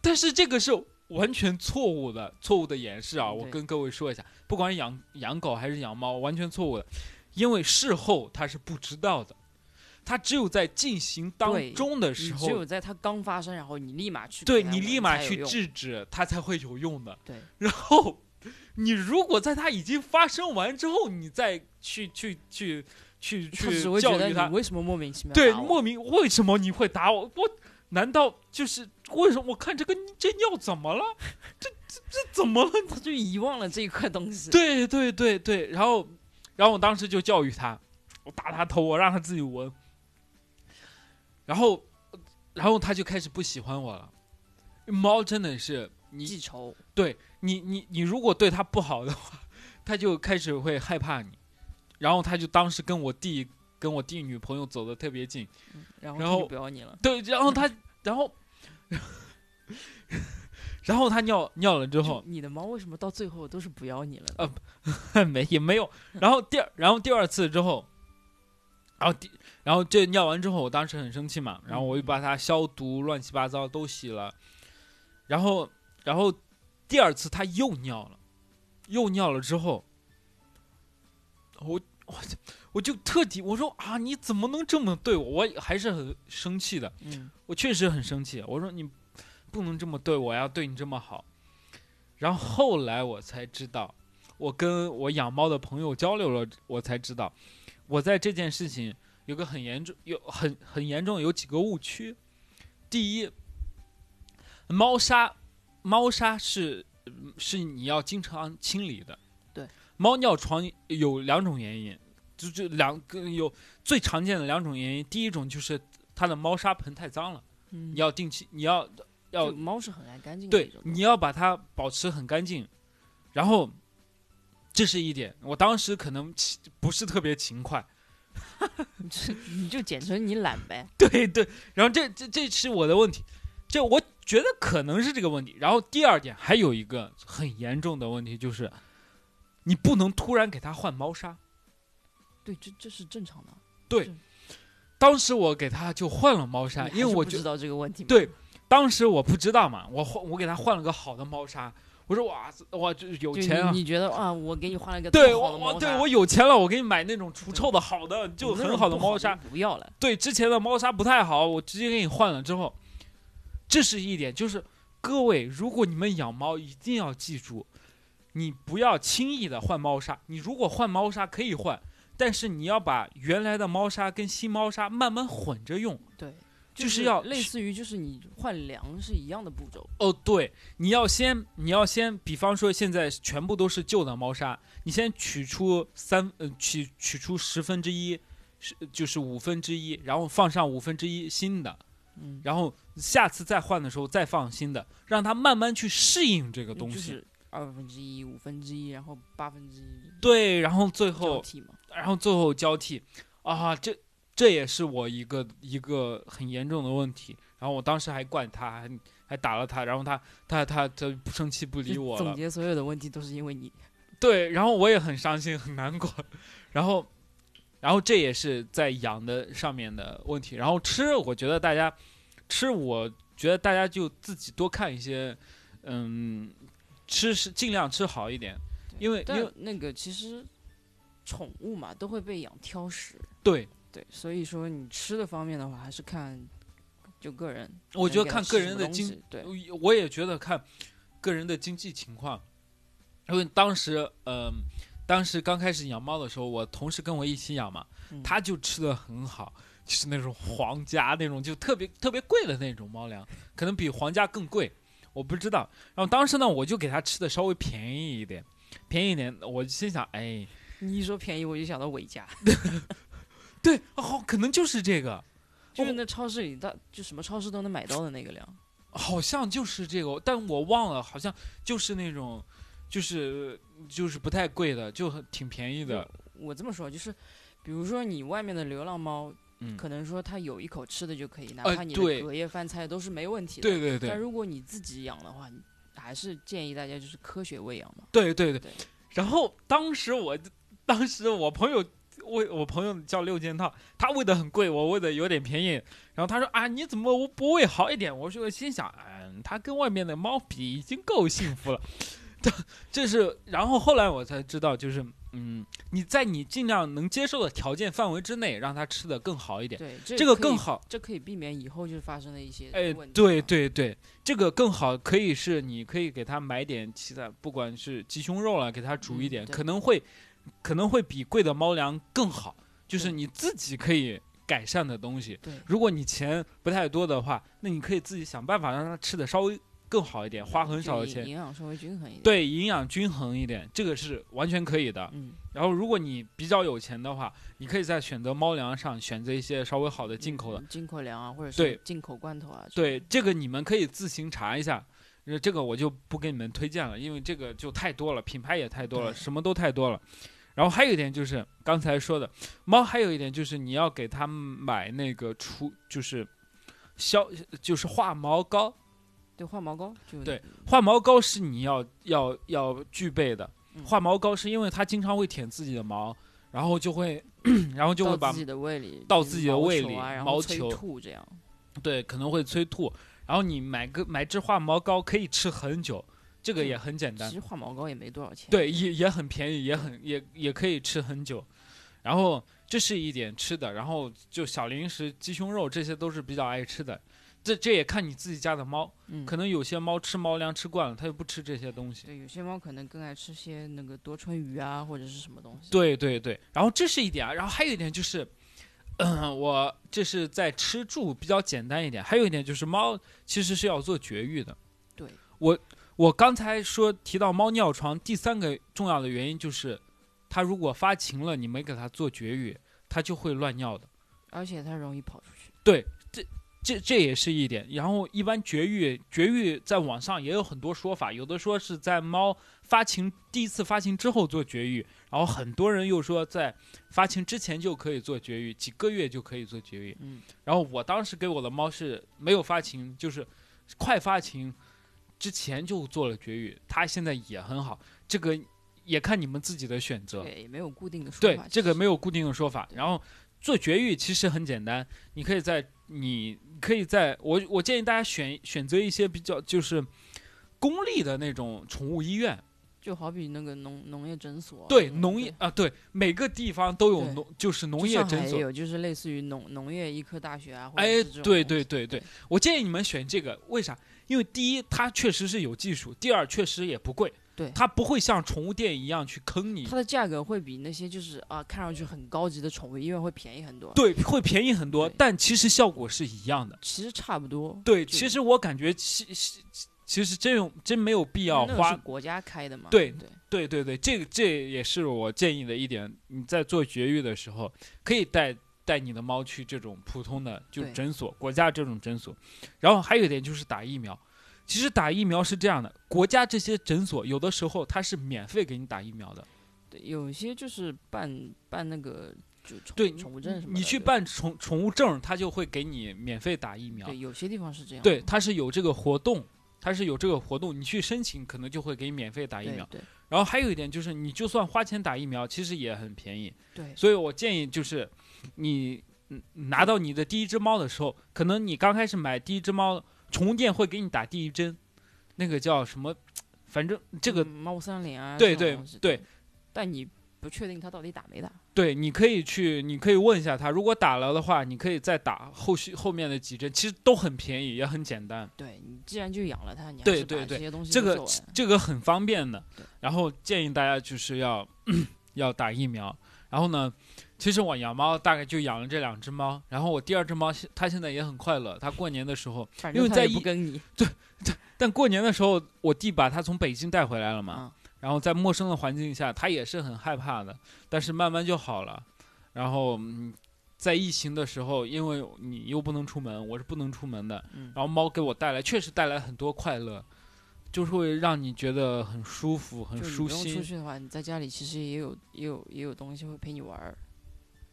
A: 但是这个是完全错误的，错误的演示啊！
B: 嗯
A: 我
B: 对
A: 跟各位说一下，不管是养养狗还是养猫，完全错误的，因为事后他是不知道的，他只有在进行
B: 对
A: 当中的
B: 你
A: 时
B: 只
A: 候
B: 有在它刚发生，然后你立马去给
A: 对
B: 它
A: 你
B: 闻
A: 立马
B: 才有
A: 去
B: 用，
A: 制止，它才会有用的。
B: 对，
A: 然后你如果在它已经发生完之后，你再去去去去
B: 它只
A: 去
B: 会觉
A: 教
B: 得
A: 育它
B: 你，为什么莫名其妙
A: 对，
B: 打我
A: 莫名为什么你会打我？我难道就是为什么？我看这个这尿怎么了？这这这怎么了？
B: 他就遗忘了这一块东西。
A: 对对对对，然后然后我当时就教育他，我打他头，我让他自己闻，然后然后他就开始不喜欢我了。猫真的是
B: 记
A: 你
B: 仇，
A: 对你你你如果对它不好的话，它就开始会害怕你，然后他就当时跟我弟跟我弟女朋友走的特别近，
B: 然后
A: 然
B: 他就
A: 后
B: 不要你了，
A: 对，然后他然后 然后他尿尿了之后呃
B: 就，你的猫为什么到最后都是不要你了 呢？
A: 没也没有。然后第二，然后第二次之后，然后第，然后这尿完之后，我当时很生气嘛，然后我就把它消毒，乱七八糟都洗了。然后，然后第二次它又尿了，又尿了之后，我我我就特地我说啊，你怎么能这么对我？我还是很生气的。
B: 嗯，
A: 我确实很生气，我说你不能这么对我，要对你这么好。然后后来我才知道，我跟我养猫的朋友交流了，我才知道，我在这件事情有个很严重，有很很严重有几个误区。第一，猫砂，猫砂是是你要经常清理的。
B: 对，
A: 猫尿床有两种原因，就就两个有最常见的两种原因，第一种就是它的猫砂盆太脏了，
B: 嗯
A: 你要定期，你要要
B: 就猫是很爱干净的
A: 对
B: 一种，动物，
A: 你要把它保持很干净，然后这是一点。我当时可能勤不是特别勤快，
B: 你就 你就简称你懒呗。
A: 对对，然后这这这是我的问题，这我觉得可能是这个问题。然后第二点还有一个很严重的问题就是，你不能突然给它换猫砂。
B: 对，这这是正常的。
A: 当时我给它就换了猫砂，
B: 你还
A: 因为
B: 是
A: 我
B: 不
A: 觉
B: 知道这个问题嘛。
A: 对，当时我不知道嘛，我换我给他换了个好的猫砂，我说哇哇这有
B: 就
A: 钱啊
B: 你，你觉得啊，我给你换了个
A: 对
B: 更好
A: 我
B: 的
A: 我
B: 猫
A: 对
B: 砂
A: 我有钱了，我给你买那种除臭的好的，就
B: 我那
A: 很
B: 种
A: 好的
B: 不
A: 猫砂
B: 就。不要了。
A: 对之前的猫砂不太好，我直接给你换了之后，这是一点，就是各位，如果你们养猫，一定要记住，你不要轻易的换猫砂。你如果换猫砂可以换，但是你要把原来的猫砂跟新猫砂慢慢混着用。
B: 对，就
A: 就是要
B: 类似于就是你换粮是一样的步骤，
A: 哦，对，你要先，你要先，比方说现在全部都是旧的猫砂，你先取出三，呃，取取出十分之一，是就是五分之一，然后放上五分之一新的，
B: 嗯，
A: 然后下次再换的时候再放新的，让它慢慢去适应这个东西。
B: 就是二分之一、五分之一，然后八分之一
A: 对，然后最
B: 交
A: 后，
B: 替嘛，
A: 然后最后交替，啊，这这也是我一个一个很严重的问题。然后我当时还怪他，还还打了他，然后他他他他不生气不理
B: 就
A: 我了
B: 总。结所有的问题都是因为你，
A: 对，然后我也很伤心，很难过。然后，然后这也是在养的上面的问题。然后吃，我觉得大家吃，我觉得大家就自己多看一些，嗯，吃是尽量吃好一点，
B: 对
A: 因哎为因
B: 但
A: 为
B: 那个其实宠物嘛都会被养挑食，
A: 对，
B: 对，所以说你吃的方面的话，还是看就个人，
A: 我觉得
B: 能给它
A: 看
B: 吃
A: 个
B: 什
A: 人
B: 么
A: 的
B: 东
A: 经
B: 西，对，
A: 我我也觉得看个人的经济情况，因为当时，嗯、当时刚开始养猫的时候，我同事跟我一起养嘛，
B: 嗯
A: 他就吃的很好，就是那种皇家那种，就特别特别贵的那种猫粮，可能比皇家更贵，我不知道。然后当时呢，我就给他吃的稍微便宜一点，便宜一点，我心想，哎，
B: 你一说便宜，我就想到伟 嘉，
A: 对，哦，可能就是这个，
B: 就是那超市里到就什么超市都能买到的那个粮，
A: 好像就是这个，但我忘了，好像就是那种，就是就是不太贵的，就很挺便宜的。
B: 我这么说就是。比如说，你外面的流浪猫，
A: 嗯，
B: 可能说它有一口吃的就可以，哪
A: 呃
B: 怕你的
A: 对
B: 隔夜饭菜都是没问题的。
A: 对对对
B: 但如果你自己养的话，你还是建议大家就是科学喂养嘛。
A: 对对对
B: 对。
A: 然后当时我，当时我朋友，我我朋友叫六件套，他喂的很贵，我喂的有点便宜。然后他说啊，你怎么不喂好一点？我说心想，嗯，他跟外面的猫比已经够幸福了。 这是，然后后来我才知道，就是嗯，你在你尽量能接受的条件范围之内，让它吃的更好一点。
B: 对，
A: 这
B: 这
A: 个
B: 可
A: 更
B: 以，
A: 好。
B: 这可以避免以后就是发生的一些
A: 哎，
B: 问题。
A: 对，对对，这个更好，可以是你可以给它买点其他，不管是鸡胸肉啊了，给它煮一
B: 嗯
A: 点，
B: 对
A: 可能会可能会比贵的猫粮更好，就是
B: 对
A: 你自己可以改善的东西。
B: 对
A: 如果你钱不太多的话，那你可以自己想办法让它吃的稍微更好一点，花很
B: 就
A: 少的
B: 营
A: 钱，
B: 营养稍微均衡一点。，
A: 对营养均衡一点，这个是完全可以的。
B: 嗯，
A: 然后，如果你比较有钱的话，你可以在选择猫粮上选择一些稍微好的进口的。
B: 嗯进口粮啊，或者
A: 对
B: 是进口罐头啊。
A: 对
B: 这种，
A: 这个你们可以自行查一下，呃这个我就不给你们推荐了，因为这个就太多了，品牌也太多了，
B: 对
A: 什么都太多了。然后还有一点就是刚才说的，猫还有一点就是你要给它买那个除就是消就是化毛膏，
B: 对化毛膏就
A: 对，化毛膏是你要要要具备的。
B: 嗯
A: 化毛膏是因为它经常会舔自己的毛，然后就会 然后就会
B: 到
A: 把
B: 自己的胃里，
A: 到
B: 就是
A: 自己的
B: 毛
A: 胃
B: 球
A: 里
B: 啊，然
A: 毛
B: 后催
A: 球嗯
B: 吐这样。
A: 对，可能会催吐。然后你买个买支化毛膏可以吃很久，这个
B: 就
A: 也很简单
B: 其。实化毛膏也没多少钱。，
A: 对，也也很便宜，也很也也可以吃很久。然后这是一点吃的，然后就小零食、鸡胸肉这些都是比较爱吃的。这这也看你自己家的猫，
B: 嗯，
A: 可能有些猫吃猫粮吃惯了，它就不吃这些东西。
B: 对有些猫可能更爱吃些那个多春鱼啊，或者是什么东西。
A: 对对对，然后这是一点啊，然后还有一点就是， 嗯，我这是在吃住比较简单一点，还有一点就是猫其实是要做绝育的。
B: 对，
A: 我我刚才说提到猫尿床，第三个重要的原因就是，它如果发情了，你没给它做绝育，它就会乱尿的。
B: 而且它容易跑出去。
A: 这这也是一点，然后一般绝育绝育在网上也有很多说法，有的说是在猫发情第一次发情之后做绝育，然后很多人又说在发情之前就可以做绝育，几个月就可以做绝育。
B: 嗯，
A: 然后我当时给我的猫是没有发情，就是快发情之前就做了绝育，它现在也很好，这个也看你们自己的选择。
B: 对，也没有固定的说
A: 对
B: 法。，
A: 这个
B: 其
A: 没有固定的说法。然后做绝育其实很简单，你可以在你可以在我我建议大家选选择一些比较就是公立的那种宠物医院，
B: 就好比那个农农业诊所啊那种，
A: 对农业啊，对每个地方都有
B: 对
A: 农就是农
B: 就
A: 业
B: 上海
A: 诊
B: 也
A: 所。
B: 有就是类似于农农业医科大学啊，或者
A: 哎
B: 是这，种
A: 对
B: 东
A: 对
B: 西
A: 对对
B: 对，
A: 我建议你们选这个，为啥？因为第一，它确实是有技术；第二，确实也不贵。
B: 对
A: 它不会像宠物店一样去坑你
B: 它，的价格会比那些就是啊看上去很高级的宠物医院会便宜很多。，
A: 对，会便宜很多
B: 对，
A: 但其实效果是一样的。
B: 其实差不多。
A: 对，
B: 就
A: 其实我感觉其其其实这种真没有必
B: 因为
A: 要
B: 那种
A: 花
B: 是国家开的嘛。
A: 对
B: 对
A: 对对对，这个这也是我建议的一点。你在做绝育的时候，可以带带你的猫去这种普通的就是
B: 对
A: 诊所，国家这种诊所。然后还有一点就是打疫苗。其实打疫苗是这样的，国家这些诊所有的时候它是免费给你打疫苗的。
B: 对，有些就是办办那个就宠
A: 对，
B: 宠物证什么的。
A: 你去
B: 对
A: 办宠宠物证，它就会给你免费打疫苗
B: 对，。有些地方是这样的。
A: 对，它是有这个活动，它是有这个活动，你去申请可能就会给你免费打疫
B: 对
A: 苗。
B: 对
A: 然后还有一点就是，你就算花钱打疫苗，其实也很便宜。
B: 对
A: 所以我建议就是，你嗯拿到你的第一只猫的时候，可能你刚开始买第一只猫，宠物店会给你打第一针，那个叫什么？反正这个、
B: 嗯猫三零啊，
A: 对
B: 这种
A: 对
B: 东西
A: 对，
B: 但你不确定它到底打没打。
A: 对，你可以去，你可以问一下他，如果打了的话，你可以再打后续后面的几针，其实都很便宜，也很简单。
B: 对你既然就养了它，你还
A: 对
B: 是
A: 对
B: 把
A: 对
B: 这些东西
A: 这
B: 都
A: 个
B: 做完
A: 这个很方便的
B: 对。
A: 然后建议大家就是要 要打疫苗。然后呢，其实我养猫大概就养了这两只猫，然后我第二只猫现它现在也很快乐，它过年的时候，
B: 反
A: 因
B: 正
A: 为
B: 它
A: 在
B: 也不
A: 一
B: 跟你
A: 但过年的时候我弟把它从北京带回来了嘛，
B: 嗯
A: 然后在陌生的环境下，它也是很害怕的，但是慢慢就好了。然后嗯在疫情的时候，因为你又不能出门，我是不能出门的，
B: 嗯
A: 然后猫给我带来确实带来很多快乐，就是会让你觉得很舒服、很
B: 就你
A: 舒
B: 不用
A: 心
B: 出。去的话，你在家里其实也有也有也有东西会陪你玩儿。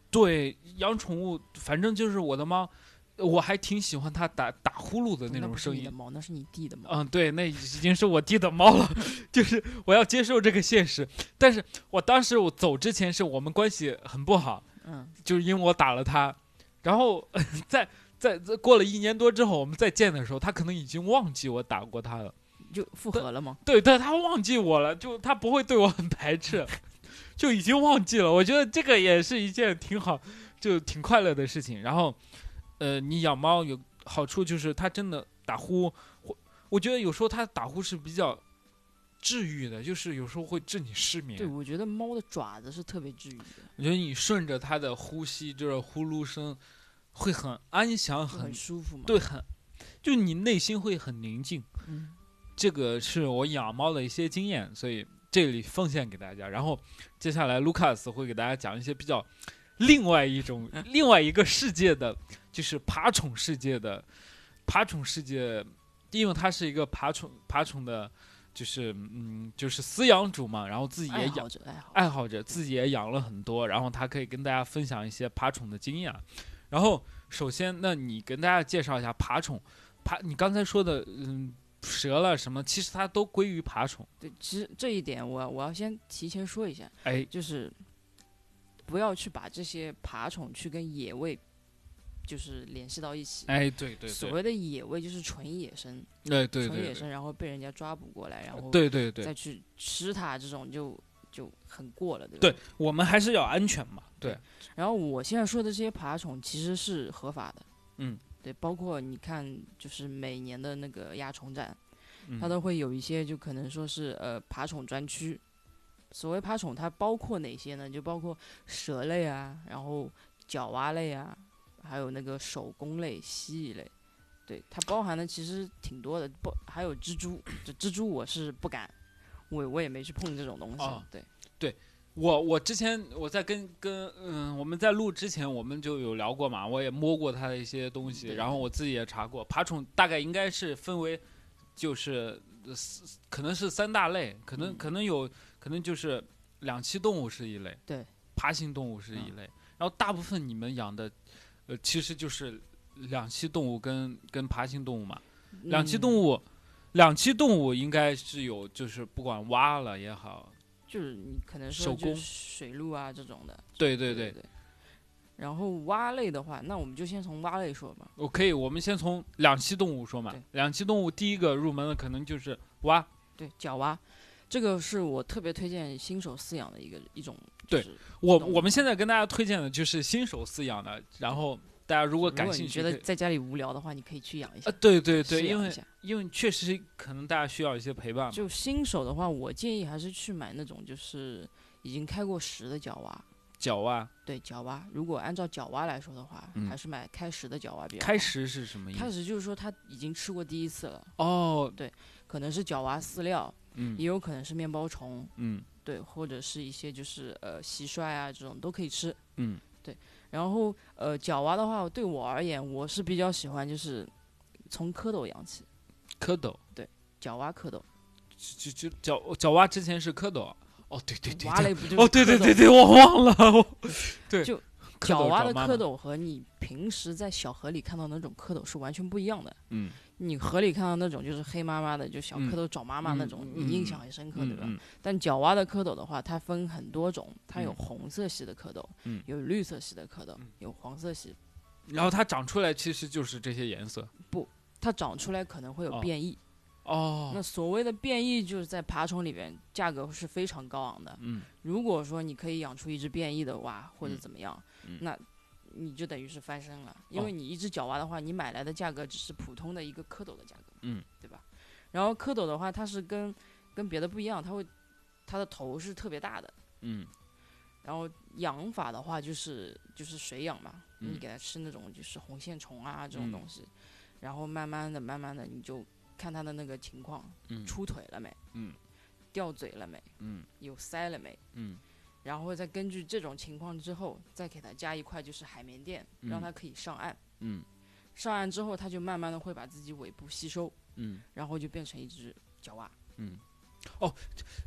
A: 对，养宠物，反正就是我的猫，我还挺喜欢它打打呼噜的
B: 不
A: 那种
B: 不是
A: 声
B: 你的
A: 音。
B: 猫，那是你弟的猫。
A: 嗯，对，那已经是我弟的猫了， 就是我要接受这个现实。但是我当时我走之前是我们关系很不好，
B: 嗯，
A: 就是因为我打了他，然后 在在在过了一年多之后，我们再见的时候，他可能已经忘记我打过他了。
B: 就复
A: 但
B: 合了吗？
A: 对，但他忘记我了，就他不会对我很排斥，就已经忘记了。我觉得这个也是一件挺好，就挺快乐的事情。然后，呃，你养猫有好处就是它真的打呼，我我觉得有时候它打呼是比较治愈的，就是有时候会治你失眠
B: 对，。我觉得猫的爪子是特别治愈的，
A: 我觉得你顺着它的呼吸，就是呼噜声，会很安详，
B: 就
A: 很
B: 很舒服嘛。
A: 对，很就你内心会很宁静。
B: 嗯，
A: 这个是我养猫的一些经验，所以这里奉献给大家。然后接下来卢卡斯会给大家讲一些比较另外一种、另外一个世界的，就是爬宠世界的爬宠世界，因为他是一个爬宠爬宠的，就是嗯，就是饲养主嘛，然后自己也
B: 爱
A: 养
B: 好者爱好者。
A: 爱好者，自己也养了很多，然后他可以跟大家分享一些爬宠的经验。啊然后，首先，那你跟大家介绍一下爬宠，爬你刚才说的，嗯，折了什么，其实它都归于爬宠。
B: 对，其实这一点我我要先提前说一下，
A: 哎，
B: 就是不要去把这些爬宠去跟野味就是联系到一起。
A: 哎，对对
B: 所
A: 对，
B: 谓的野味就是纯野生，
A: 哎对
B: 纯野
A: 对呃
B: 生，然后被人家抓捕过来，然后
A: 对对对
B: 再去吃它，这种就就很过了，对吧？
A: 对，我们还是要安全嘛。对，
B: 然后我现在说的这些爬宠其实是合法的，
A: 嗯，
B: 对，包括你看，就是每年的那个亚宠展，
A: 嗯
B: 它都会有一些就可能说是呃爬宠专区。所谓爬宠，它包括哪些呢？就包括蛇类啊，然后角蛙类啊，还有那个手工类、蜥蜴类，对，它包含的其实挺多的，不还有蜘蛛。这蜘蛛我是不敢，我我也没去碰这种东西。
A: 哦
B: 对，
A: 我我之前我在跟跟嗯我们在录之前我们就有聊过嘛，我也摸过它的一些东西，
B: 对
A: 然后我自己也查过，爬虫大概应该是分为就是呃四可能是三大类，可能、
B: 嗯
A: 可能有可能就是两栖动物是一类，
B: 对，嗯
A: 爬行动物是一类，然后大部分你们养的呃其实就是两栖动物跟跟爬行动物嘛，
B: 嗯
A: 两栖动
B: 物、
A: 物。两栖动物应该是有，就是不管蛙了也好，
B: 就是你可能
A: 手
B: 说就
A: 工
B: 是水鹿啊这种的。
A: 对对
B: 对
A: 对，
B: 对。然后蛙类的话，那我们就先从蛙类说吧。
A: 我可以，我们先从两栖动物说嘛
B: 对。
A: 两栖动物第一个入门的可能就是蛙，
B: 对，角蛙，这个是我特别推荐新手饲养的一个一种。
A: 对
B: 就是
A: 我
B: 动物
A: 我们现在跟大家推荐的就是新手饲养的，然后大家如果
B: 如
A: 感
B: 果
A: 兴
B: 你
A: 趣
B: 觉
A: 可以，
B: 得在家里无聊的话，你可以去养一下
A: 啊，。对对对，
B: 试
A: 因
B: 养一
A: 为
B: 下
A: 因为确实可能大家需要一些陪伴嘛。
B: 就新手的话，我建议还是去买那种就是已经开过时的角蛙。
A: 脚啊，
B: 对角蛙，如果按照角蛙来说的话，
A: 嗯
B: 还是买开时的角蛙比较好。
A: 开始是什么意
B: 啊开
A: 思？
B: 始就是说他已经吃过第一次了，
A: 哦，
B: 可能是角蛙饲料，
A: 嗯
B: 也有可能是面包虫，
A: 嗯
B: 对，或者是一些就是呃蟋蟀啊这种都可以吃。
A: 嗯，
B: 然后呃角蛙的话，对我而言，我是比较喜欢就是从蝌蚪养起，
A: 蝌蚪，
B: 角蛙蝌蚪，
A: 就就脚脚蛙之前是蝌蚪啊，哦， 对对对
B: 蛙
A: 对，
B: 类不就是
A: 哦，对对
B: 蝌蚪
A: 对对，我忘了，我对，
B: 就
A: 蝌
B: 角
A: 蚪
B: 蛙
A: 找
B: 的
A: 妈
B: 蝌
A: 妈，
B: 蚪和你平时在小河里看到那种蝌蚪是完全不一样的。
A: 嗯，
B: 你河里看到那种就是黑麻麻的，就小
A: 嗯
B: 蝌蚪找妈妈那种，
A: 嗯
B: 你
A: 嗯
B: 印象很深刻，对
A: 嗯
B: 吧？
A: 嗯
B: 但角蛙的蝌蚪的话，它分很多种，它有
A: 嗯
B: 红色系的蝌蚪，
A: 嗯
B: 有绿色系的蝌蚪，有黄色系。
A: 然后它长出来其实就是这些颜色，
B: 它长出来可能会
A: 哦
B: 有变异。
A: 哦，
B: 那所谓的变异，就是在爬虫里边价格是非常高昂的。
A: 嗯
B: 如果说你可以养出一只变异的蛙，或者
A: 嗯
B: 怎么样，
A: 嗯
B: 那你就等于是翻身了，因
A: 哦
B: 为你一只角蛙的话，你买来的价格只是普通的一个蝌蚪的价格，
A: 嗯，
B: 对吧？然后蝌蚪的话，它是跟跟别的不一样，它会它的头是特别大的，
A: 嗯
B: 然后养法的话，就是就是水养嘛，
A: 嗯
B: 你给它吃那种就是红线虫啊这种
A: 嗯
B: 东西，然后慢慢的、慢慢的，你就看它的那个情况，
A: 嗯
B: 出腿了没，
A: 嗯，
B: 掉嘴了没，
A: 嗯
B: 有鳃了没，
A: 嗯
B: 然后再根据这种情况之后，再给它加一块就是海绵垫，
A: 嗯
B: 让它可以上岸。
A: 嗯
B: 上岸之后，它就慢慢的会把自己尾部吸收，
A: 嗯。
B: 然后就变成一只角蛙。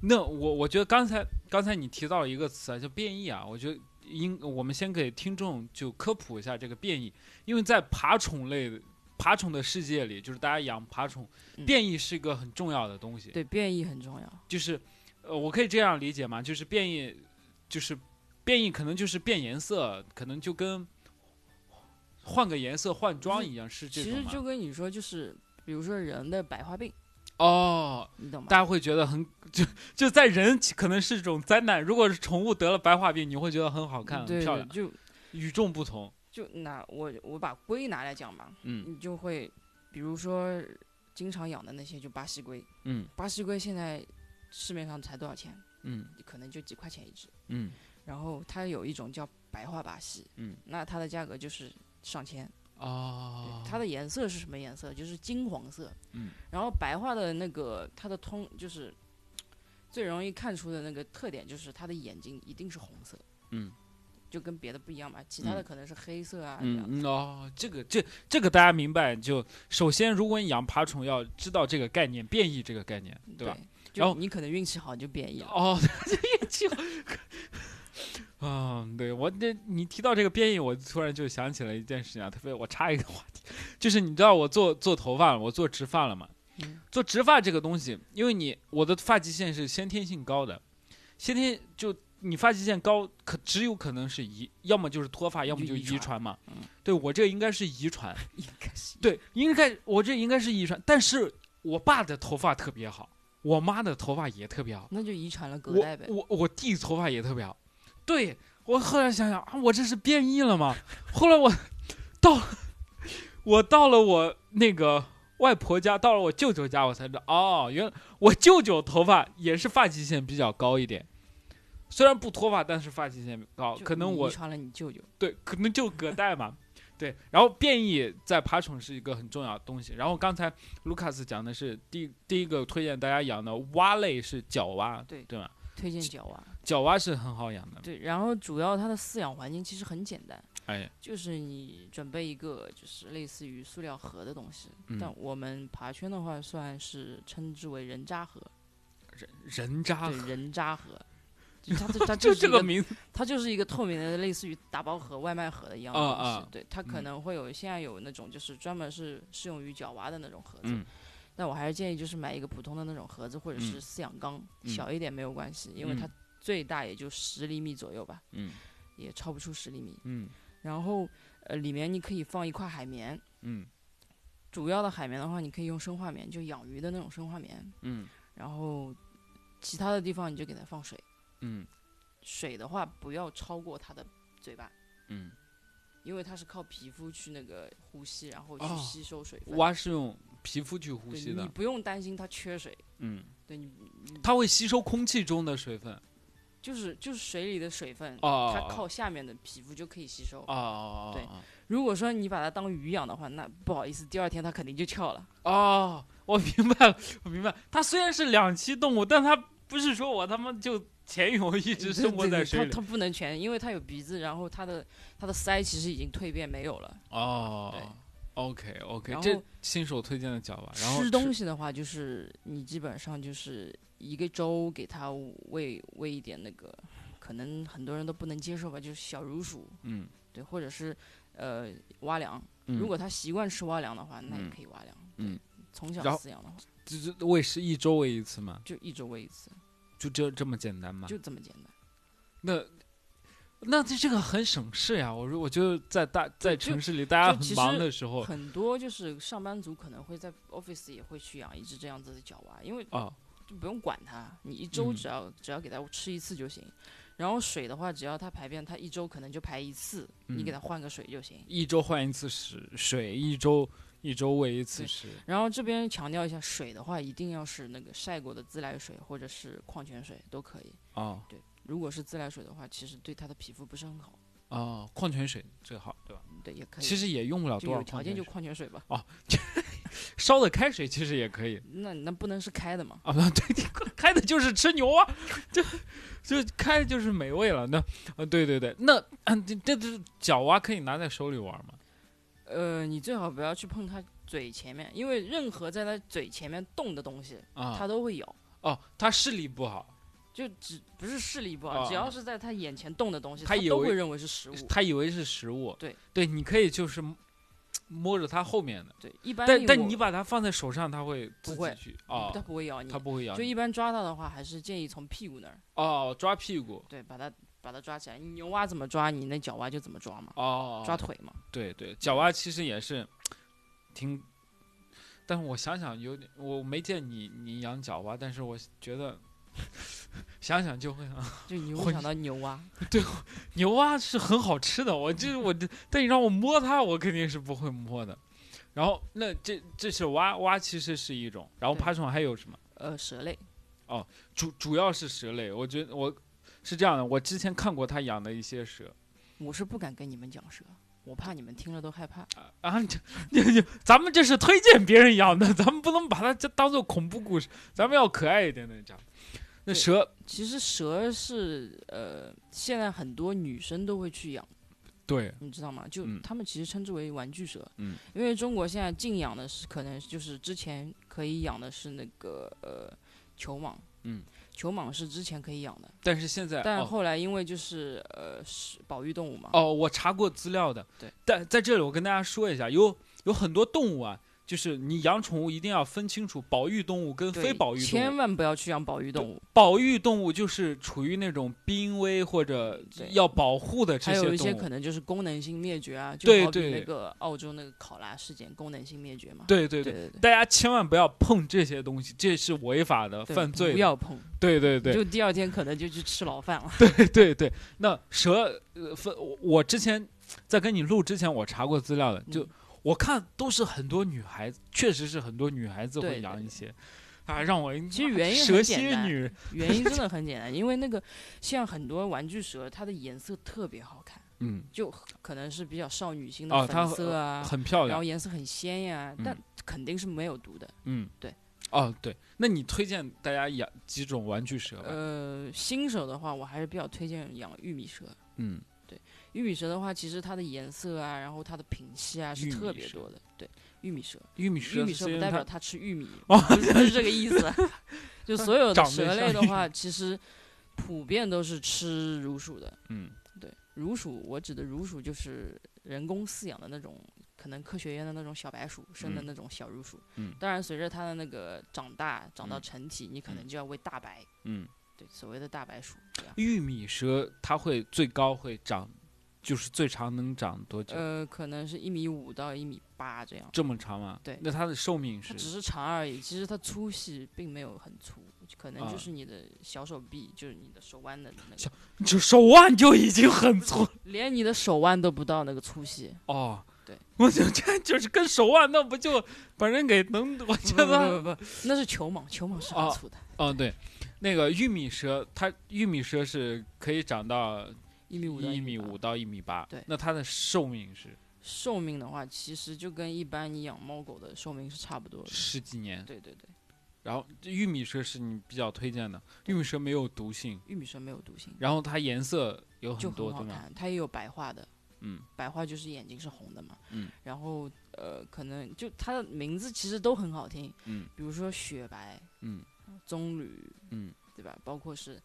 A: 那我我觉得刚才刚才你提到了一个词啊，叫变异啊，我觉得应我们先给听众就科普一下这个变异，因为在爬虫类的爬虫的世界里，就是大家养爬虫，
B: 嗯
A: 变异是一个很重要的东西，
B: 对，变异很重要。
A: 就是呃，我可以这样理解吗？就是变异，就是变异，可能就是变颜色，可能就跟换个颜色换装一样，是这
B: 其
A: 种
B: 实
A: 吗？
B: 就跟你说，就是比如说人的白化病，
A: 哦，
B: 你懂吗？
A: 大家会觉得很 就就在人可能是一种灾难，如果是宠物得了白化病，你会觉得很好看、很
B: 嗯对
A: 漂
B: 对，
A: 亮，
B: 就
A: 与众不同。
B: 就拿我我把龟拿来讲吧，
A: 嗯
B: 你就会比如说经常养的那些就巴西龟，
A: 嗯
B: 巴西龟现在市面上才多少钱？
A: 嗯
B: 可能就几块钱一只。
A: 嗯
B: 然后它有一种叫白化巴西，
A: 嗯，
B: 那它的价格就是上千。对
A: 哦，
B: 它的颜色是什么颜色？就是金黄色。
A: 嗯，
B: 然后白化的那个它的通就是最容易看出的那个特点就是它的眼睛一定是红色，
A: 嗯
B: 就跟别的不一样嘛。其他的可能是黑色啊这
A: 嗯
B: 样。
A: 嗯哦，这个这这个大家明白就首先，如果你养爬虫，要知道这个概念，变异这个概念，对吧？然
B: 就
A: 后
B: 你可能运气好就变异了。
A: 哦， 这个就。嗯，对我这你提到这个变异，我突然就想起了一件事情啊，特别我插一个话题，就是你知道我做做头发了，我做直发了嘛，
B: 嗯
A: 做直发这个东西，因为你我的发际线是先天性高的，先天就你发际线高，可只有可能是遗，要么就是脱发，要么
B: 就
A: 就
B: 遗
A: 遗
B: 传
A: 传嘛。
B: 嗯
A: 对我这应该是遗传，
B: 应该是。
A: 对，应该我这应该是遗传，但是我爸的头发特别好，我妈的头发也特别好，
B: 那就遗传了隔代
A: 我
B: 呗。
A: 我我弟头发也特别好，对我后来想想啊，我这是变异了吗？后来我到了我到了我那个外婆家，到了我舅舅家，我才知道哦，原来我舅舅头发也是发际线比较高一点，虽然不脱发，但是发际线高，
B: 就
A: 可能
B: 你
A: 我
B: 遗传了你舅舅，
A: 对，可能就隔代嘛。对，然后变异在爬虫是一个很重要的东西。然后刚才卢卡斯讲的是第第一个推荐大家养的蛙类是角蛙，
B: 对
A: 对吧？
B: 推荐角蛙。
A: 角蛙是很好养的。
B: 对，然后主要它的饲养环境其实很简单，
A: 哎，
B: 就是你准备一个就是类似于塑料盒的东西，
A: 嗯
B: 但我们爬圈的话算是称之为人渣盒，
A: 人人渣
B: 对，人渣 盒。就它它它
A: 就是这
B: 一
A: 个名字，
B: 它就是一个透明的，类似于打包盒、外卖盒的一样的
A: 啊
B: 东西。
A: 啊
B: 对，它可
A: 嗯
B: 能会有现在有那种就是专门是适用于角蛙的那种盒子，
A: 嗯
B: 但我还是建议就是买一个普通的那种盒子或者
A: 嗯
B: 是饲养缸，
A: 嗯
B: 小一点没有关系，因为它
A: 嗯
B: 最大也就十厘米左右吧，
A: 嗯
B: 也超不出十厘米。
A: 嗯
B: 然后呃，里面你可以放一块海绵，
A: 嗯
B: 主要的海绵的话，你可以用生化棉，就养鱼的那种生化棉。
A: 嗯
B: 然后其他的地方你就给它放水，
A: 嗯
B: 水的话不要超过它的嘴巴，
A: 嗯，
B: 因为它是靠皮肤去那个呼吸，然后
A: 哦
B: 去吸收水分。
A: 蛙是用皮肤去呼
B: 对
A: 吸
B: 你
A: 的，
B: 不用担心它缺水，
A: 嗯，
B: 对你
A: 它会吸收空气中的水分。
B: 就是就是水里的水分，
A: 哦
B: 它靠下面的皮肤就可以吸收。
A: 哦哦哦
B: 对
A: 哦
B: 如果说你把它当鱼养的话，那不好意思，第二天它肯定就翘了。
A: 哦，我明白了，我明白了。它虽然是两栖动物，但它不是说我他妈 就潜泳一直生活
B: 对对
A: 在
B: 对
A: 水里
B: 它。它不能全，因为它有鼻子，然后它的它的鳃其实已经蜕变没有了。对
A: 哦，OK OK，
B: 然
A: 这
B: 后
A: 新手推荐的角吧。啊然后
B: 吃东
A: 西
B: 西的话，就是你基本上就是一个粥给它喂喂一点那个，可能很多人都不能接受吧，就是小乳鼠，
A: 嗯，
B: 对，或者是呃蛙粮。
A: 嗯
B: 如果它习惯吃蛙粮的话，那也
A: 嗯
B: 可以蛙粮。
A: 嗯
B: 对，从小
A: 然后
B: 饲养的话，
A: 就是喂食一周喂一次嘛，
B: 就一周喂一
A: 啊
B: 次，
A: 就这这么简单吗？
B: 就这么简单。
A: 那那这这个很省事呀！我说，我就在大在
B: 就
A: 城市里，大家
B: 就
A: 很
B: 其
A: 忙
B: 实
A: 的时候
B: 很多就是上班族可能会在 office 也会去养一只这样子的角蛙，因为
A: 啊，
B: 就不用管它，你一周
A: 嗯
B: 只要、只要给它吃一次就行。然后水的话，只要它排便，它一周可能就排一次，你给
A: 嗯
B: 它换个水就行。
A: 一周换一次屎水，一周一周喂一次
B: 对
A: 屎。
B: 然后这边强调一下，水的话一定要是那个晒过的自来水或者是矿泉水都可以。
A: 啊
B: 如果是自来水的话，其实对它的皮肤不是很好，
A: 啊，矿泉水最好，对吧？
B: 对也可以。
A: 其实也用不了
B: 就
A: 多少矿
B: 有条
A: 泉
B: 件就
A: 水，
B: 矿泉水吧，
A: 烧的开水其实也可以
B: 那那不能是开的嘛？
A: 啊。不对，你开的就是吃牛啊，就就开的就是美味了。那啊，对对对，那啊这这这脚蛙可以拿在手里玩吗？
B: 呃，你最好不要去碰它嘴前面，因为任何在它嘴前面动的东西，
A: 啊
B: 它都会咬。
A: 哦，它视力不好，
B: 就只不是视力不
A: 啊
B: 好，只要是在它眼前动的东西，
A: 它
B: 它
A: 以
B: 都
A: 为
B: 会认为是食物。
A: 他以为是食物。
B: 对
A: 你可以就是摸摸着它后面的，
B: 对，一般
A: 但
B: 例
A: 但
B: 我
A: 你把它放在手上，它会自
B: 不会
A: 己去哦
B: 它，不会咬你
A: 它。不会咬
B: 就
A: 你。
B: 一般抓到的话，还是建议从屁股那儿，
A: 哦，抓屁股
B: 对，把它把它抓起来。你牛蛙怎么抓，你那脚蛙就怎么抓嘛，
A: 哦，
B: 抓腿 嘛。
A: 对对，脚蛙其实也是挺，但是我想想有点，我没见你你养脚蛙，但是我觉得 想想就会想，
B: 就你会
A: 会
B: 想到牛蛙，
A: 牛蛙是很好吃的，我就是我这，但你让我摸它，我肯定是不会摸的。然后，那这这是蛙蛙，其实是一种。然后
B: 对
A: 爬虫还有什么？
B: 呃，蛇类，
A: 主主要是蛇类，我觉得我是这样的，我之前看过他养的一些蛇
B: 我是不敢跟你们讲蛇，我怕你们听了都害怕。
A: 啊啊，这这这咱们这是推荐别人养的，咱们不能把它这当做恐怖故事，咱们要可爱一点的讲。那
B: 对
A: 蛇
B: 其实蛇是呃，现在很多女生都会去养，
A: 对
B: 你知道吗？就
A: 嗯
B: 他们其实称之为玩具蛇，
A: 嗯
B: 因为中国现在禁养的是可能就是之前可以养的是那个呃球蟒，
A: 嗯，
B: 球蟒是之前可以养的，
A: 但是现在
B: 但
A: 哦
B: 后来因为就是呃是保育动物嘛，
A: 哦，我查过资料的，
B: 对，
A: 但在这里我跟大家说一下，有有很多动物啊，就是你养宠物一定要分清楚保育动物跟
B: 对
A: 非保育动物，
B: 千万不要去养保育动物，
A: 保育动物就是处于那种濒危或者
B: 对
A: 要保护的这
B: 还有一
A: 动
B: 些
A: 物
B: 可。能就是功能性灭绝啊，就
A: 对
B: 好比
A: 对
B: 那个澳洲那个考拉事件，功能性灭绝嘛，
A: 对对
B: 对
A: 对，
B: 对对
A: 大家千万不要碰这些东西，这是违法的、
B: 对
A: 犯罪的。
B: 不要碰，
A: 对对对
B: 就第二天可能就去吃牢饭了。
A: 对对对。那蛇呃分，我我之前在跟你录之前，我查过资料的，就、
B: 嗯
A: 我看都是很多女孩子，确实是很多女孩子
B: 对
A: 会
B: 对
A: 养一
B: 对
A: 些，啊，让我
B: 其实原因很
A: 蛇
B: 简
A: 蝎
B: 单
A: 女，
B: 原因真的很简单，因为那个像很多玩具蛇，它的颜色特别好看，
A: 嗯，
B: 就可能是比较少女心
A: 哦
B: 的
A: 它
B: 粉色啊，
A: 很漂
B: 然后
A: 亮，
B: 颜色很鲜呀、
A: 嗯
B: 但肯定是没有毒的。
A: 嗯，
B: 对。
A: 哦，对，那你推荐大家养几种玩具蛇吧？
B: 呃，新手的话，我还是比较推荐养玉米蛇。
A: 嗯，
B: 玉米蛇的话，其实它的颜色啊，然后它的品系啊
A: 玉
B: 是
A: 米
B: 特别
A: 蛇
B: 多的。对，玉米蛇，
A: 玉米
B: 玉
A: 蛇
B: 米
A: 是
B: 蛇
A: 因
B: 不
A: 为
B: 代
A: 它
B: 表它吃玉米，
A: 哦
B: 不是不是这 个意思。就所有的
A: 长得
B: 蛇类
A: 像
B: 的
A: 玉
B: 话，其实普遍都是吃乳鼠的。
A: 嗯
B: 对，乳鼠，我指的乳鼠就是人工饲养的那种，可能科学院的那种小白鼠生的
A: 嗯
B: 那种小乳鼠。
A: 嗯
B: 当然，随着它的那个长大，长到
A: 嗯
B: 成体，你可
A: 嗯
B: 能就要喂大白，
A: 嗯，
B: 对，所谓的大白鼠这样。
A: 玉米蛇它会最高会长，就是最长能长多久？
B: 呃，可能是一米五到一米八这样，
A: 这么长吗？
B: 对
A: 那它的寿命
B: 它
A: 是
B: 只是长而已，其实它粗细并没有很粗，可能
A: 啊
B: 就是你的小手臂，就是你的手腕的那
A: 小
B: 个，
A: 这手腕就已经很 粗
B: 连你的手腕都不到那个粗细。
A: 哦。
B: 对，
A: 我就这就是跟手腕，那不就把人给能？我觉得，
B: 不不不，那是球蟒，球蟒是
A: 哦
B: 很粗的，
A: 哦，对，那个玉米蛇，它玉米蛇是可以长到
B: 一米五到
A: 一米
B: 米八
A: 五。到一米八，
B: 对
A: 那它的寿命是
B: 寿命的话，其实就跟一般你养猫狗的寿命是差不多的。
A: 十几年。
B: 对对对，
A: 然后这玉米蛇是你比较推荐的，玉米蛇没有毒性，
B: 玉米蛇没有毒性，
A: 然后它颜色有
B: 就
A: 很多，
B: 很好
A: 对吗？
B: 看。它也有白化的，
A: 嗯，
B: 白化就是眼睛是红的嘛。
A: 嗯。
B: 然后呃，可能就它的名字其实都很好听，
A: 嗯，
B: 比如说雪白，
A: 嗯，
B: 棕榈，
A: 嗯，
B: 对吧？包括是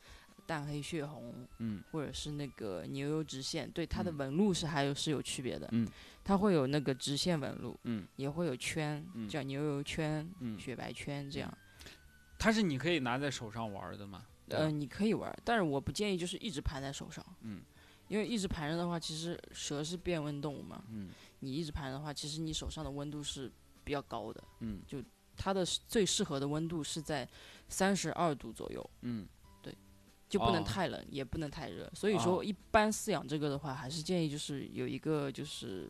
B: 淡黑血红，
A: 嗯，
B: 或者是那个牛油直线，对它的
A: 嗯
B: 纹路是还有是有区别的，
A: 嗯，
B: 它会有那个直线纹路，
A: 嗯，
B: 也会有圈，
A: 嗯
B: 叫牛油圈、
A: 嗯
B: 雪白圈这样。
A: 它是你可以拿在手上玩的嘛？对吧
B: 呃，，你可以玩儿，但是我不建议就是一直盘在手上，
A: 嗯，
B: 因为一直盘着的话，其实蛇是变温动物嘛，
A: 嗯
B: 你一直盘着的话，其实你手上的温度是比较高的，
A: 嗯
B: 它的是最适合的温度是在三十二度左右，
A: 嗯，
B: 就不能
A: 哦
B: 太冷，也不能太热，所以说一般饲养这个的话，还是建议就是有一个就是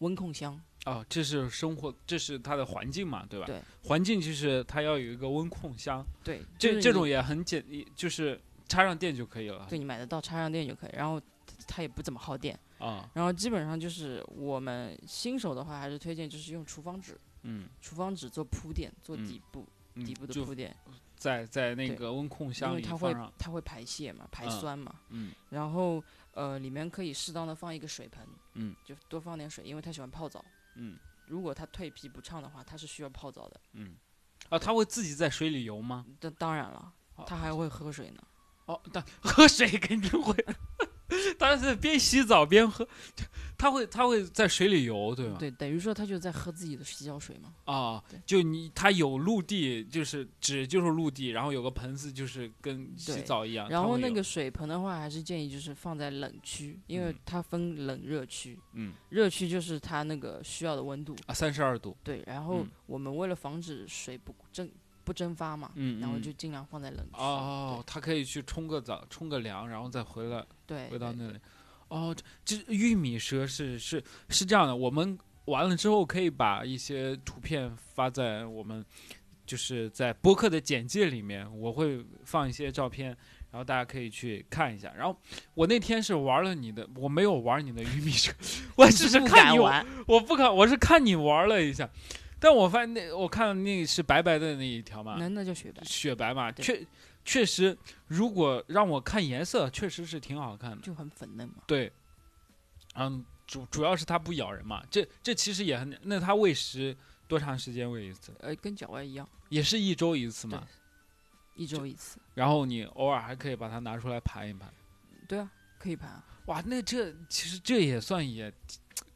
B: 温控箱，
A: 哦，这是生活，这是它的环境嘛，对吧？
B: 对，
A: 环境就是它要有一个温控箱，
B: 对，就
A: 这
B: 是
A: 这
B: 你
A: 种也很简，就是插上电就可以了。
B: 对你买得到插上电就可以，然后它也不怎么耗电，
A: 啊，
B: 然后基本上就是我们新手的话，还是推荐就是用厨房纸。
A: 嗯，
B: 厨房纸做铺垫，做
A: 嗯
B: 底部、
A: 嗯
B: 底部的
A: 就
B: 铺垫，
A: 在在那
B: 对
A: 个温控
B: 因
A: 箱
B: 为
A: 里
B: 它
A: 放
B: 会
A: 上，
B: 它会排泄嘛，排
A: 嗯
B: 酸嘛，
A: 嗯
B: 然后呃里面可以适当的放一个水盆，
A: 嗯，
B: 就多放点水，因为它喜欢泡澡。
A: 嗯
B: 如果它蜕皮不畅的话，它是需要泡澡的。
A: 嗯，啊，它会自己在水里游吗？
B: 当当然了
A: 哦，
B: 它还会喝水呢。
A: 哦， 但喝水肯定会，它是边洗澡边喝，它会它会在水里游，对吧？
B: 对，等于说它就在喝自己的洗脚水嘛。
A: 啊
B: 对，
A: 就你它有陆地，就是纸就是陆地，然后有个盆子，就是跟洗
B: 对
A: 澡一样。
B: 然
A: 它啊
B: 后
A: 会
B: 那
A: 有
B: 个水盆的话，还是建议就是放在冷区，因为
A: 嗯
B: 它分冷热区，
A: 嗯
B: 热区就是它那个需要的温度。
A: 啊三十二度，
B: 对，然后
A: 嗯
B: 我们为了防止水不蒸不蒸发嘛，
A: 嗯，
B: 然后
A: 嗯
B: 就尽量放在冷区。
A: 哦，它可以去冲个澡，冲个凉，然后再回来
B: 对，
A: 回到
B: 对
A: 那里。哦，这这玉米蛇是是是这样的，我们完了之后可以把一些图片发在我们就是在播客的简介里面，我会放一些照片，然后大家可以去看一下。然后我那天是玩了你的，我没有玩你的玉米蛇， 我只是
B: 不
A: 看
B: 敢
A: 你
B: 玩，
A: 我不敢，我是看你玩了一下，但我发现那我看那是白白的那一条嘛，
B: 那那叫雪白，
A: 雪白嘛，
B: 对
A: 确确实，如果让我看颜色，确实是挺好看的。
B: 就很粉嫩嘛。
A: 对，嗯，主主要是它不咬人嘛，这这其实也很，那它喂食多长时间喂一次？
B: 呃，跟脚外一样，
A: 也是一周一次嘛
B: 对。一周一次。
A: 然后你偶尔还可以把它拿出来盘一盘。
B: 对啊，可以盘啊。
A: 哇，那这其实这也算也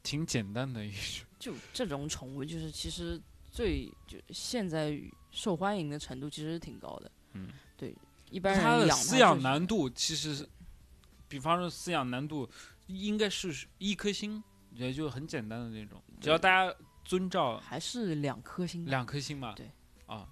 A: 挺简单的一 种。
B: 就这种宠物，就是其实最就现在受欢迎的程度其实挺高的。
A: 嗯，
B: 对，一般人
A: 它的
B: 养
A: 饲养
B: 就是
A: 难度其实是，比方说饲养难度应该是一颗星，也就很简单的那种，只要
B: 对
A: 大家遵照
B: 还是两颗星吧。
A: 两颗星嘛？
B: 嗯对，
A: 啊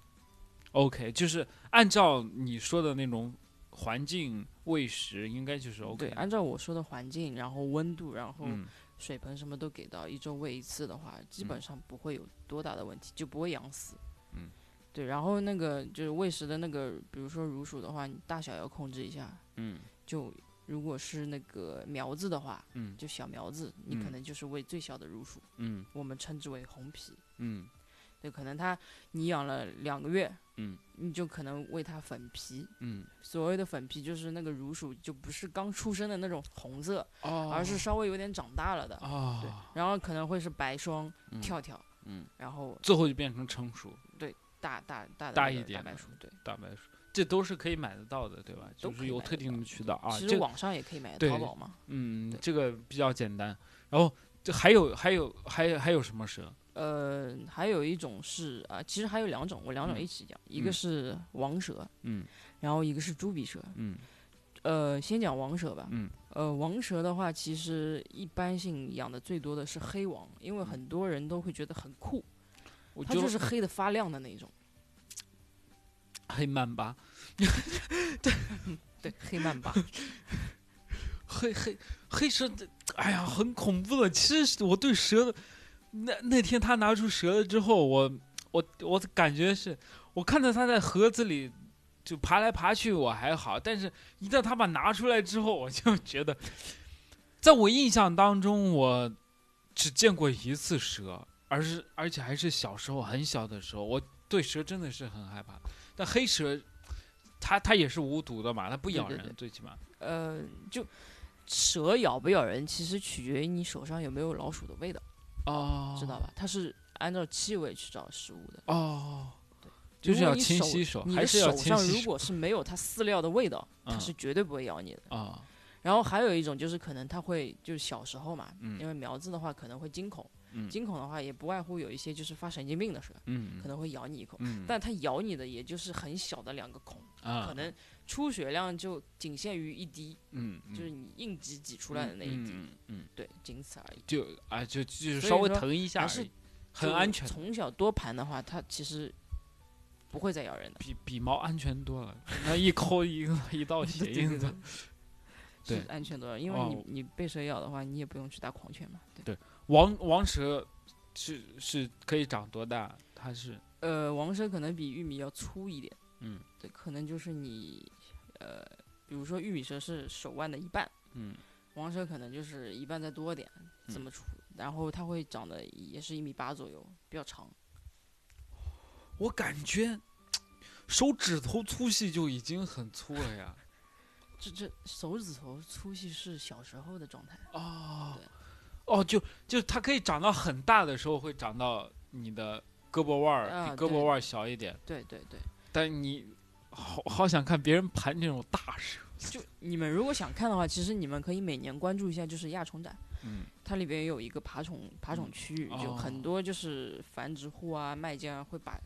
A: ，OK，就是按照你说的那种环境喂食，应该就是
B: 对，
A: OK 的。
B: 按照我说的环境，然后温度，然后
A: 嗯
B: 水盆什么都给到，一周喂一次的话，基
A: 嗯
B: 本上不会有多大的问题，就不会养死。
A: 嗯，
B: 对。然后那个就是喂食的那个，比如说乳鼠的话，你大小要控制一下。
A: 嗯
B: 就如果是那个苗子的话，
A: 嗯
B: 就小苗子，你可
A: 嗯
B: 能就是喂最小的乳鼠，
A: 嗯
B: 我们称之为红皮。
A: 嗯
B: 对，可能它你养了两个月，
A: 嗯，
B: 你就可能喂它粉皮。
A: 嗯，
B: 所谓的粉皮就是那个乳鼠就不是刚出生的那种红色，
A: 哦，
B: 而是稍微有点长大了的。对
A: 哦，，
B: 然后可能会是白霜、
A: 嗯
B: 跳跳，
A: 嗯，
B: 然后
A: 最后就变成成熟
B: 大大大的
A: 大
B: 那
A: 一
B: 个
A: 点
B: 大白
A: 的
B: 鼠，对，
A: 大白鼠，这都是可以买得到的，对吧？
B: 都
A: 就
B: 可
A: 是
B: 以
A: 有
B: 买
A: 特
B: 得
A: 定的渠道啊。
B: 其实
A: 这
B: 网上也可以买，
A: 对
B: 淘宝嘛。
A: 嗯
B: 对，
A: 这个比较简单。然后这还有还有还有还有什么蛇？
B: 呃，还有一种是啊、其实还有两种，我两种
A: 嗯
B: 一起讲，一
A: 嗯
B: 个是王蛇，
A: 嗯
B: 然后一个是猪鼻蛇。
A: 嗯
B: 呃，先讲王蛇吧。
A: 嗯。
B: 呃，王蛇的话，其实一般性养的最多的是黑王，因为很多人都会觉得很酷，
A: 我
B: 它
A: 觉
B: 就
A: 得
B: 是黑的发亮的那一种。
A: 黑曼巴，
B: 对，黑曼巴，
A: 黑黑黑蛇，哎呀，很恐怖的。其实我对蛇的，那那天他拿出蛇了之后，我我我感觉是，我看到他在盒子里就爬来爬去，我还好，但是一旦他把拿出来之后，我就 觉得，在我印象当中，我只见过一次蛇，而是而且还是小时候很小的时候，我对蛇真的是很害怕。但黑蛇，它它也是无毒的嘛，它不
B: 对
A: 咬
B: 对
A: 人，
B: 对
A: 最起码。
B: 呃，就蛇咬不咬人，其实取决于你手上有没有老鼠的味道，
A: 哦，
B: 知道吧？它是按照气味去找食物的。
A: 哦，就是要勤洗手
B: 手，，你
A: 还
B: 的
A: 是要
B: 手
A: 勤
B: 上
A: 洗
B: 如
A: 手
B: 果是没有它饲料的味道，它
A: 嗯
B: 是绝对不会咬你的。
A: 啊
B: 然后还有一种就是可能它会就是小时候嘛，
A: 嗯
B: 因为苗子的话可能会惊恐，
A: 嗯
B: 惊恐的话也不外乎有一些就是发神经病的蛇，
A: 嗯
B: 可能会咬你一口，
A: 嗯，
B: 但它咬你的也就是很小的两个孔，
A: 啊
B: 可能出血量就仅限于一滴，
A: 嗯
B: 就是你硬挤挤出来的那一滴，
A: 嗯嗯，嗯
B: 对，仅此而已。
A: 就啊就就是
B: 所以
A: 稍微
B: 说
A: 疼一下
B: 还
A: 而
B: 是
A: 已，很
B: 就
A: 安全，
B: 从小多盘的话，它其实不会再咬人的。
A: 比比毛安全多 了，那一抠一个一道血印子。
B: 是
A: 对
B: 安全多了，因为
A: 哦
B: 你、你被蛇咬的话，你也不用去打狂犬嘛。对，
A: 王王蛇是是可以长多大？它是
B: 呃，王蛇可能比玉米要粗一点，
A: 嗯
B: 对，可能就是你，呃，比如说玉米蛇是手腕的一半，
A: 嗯
B: 王蛇可能就是一半再多点，
A: 嗯
B: 这么粗。然后它会长得也是一米八左右，比较长。
A: 我感觉手指头粗细就已经很粗了呀。
B: 这这手指头粗细是小时候的状态，
A: 哦
B: 对，
A: 哦，就就是它可以长到很大的时候，会长到你的胳膊腕儿、
B: 啊
A: 比胳膊
B: 对
A: 腕儿小一点。
B: 对对对。
A: 但你好好想看别人盘这种大蛇。
B: 就你们如果想看的话，其实你们可以每年关注一下，就是亚虫展，
A: 嗯
B: 它里边有一个爬虫爬虫区域，就
A: 哦
B: 很多就是繁殖户啊、卖家啊会把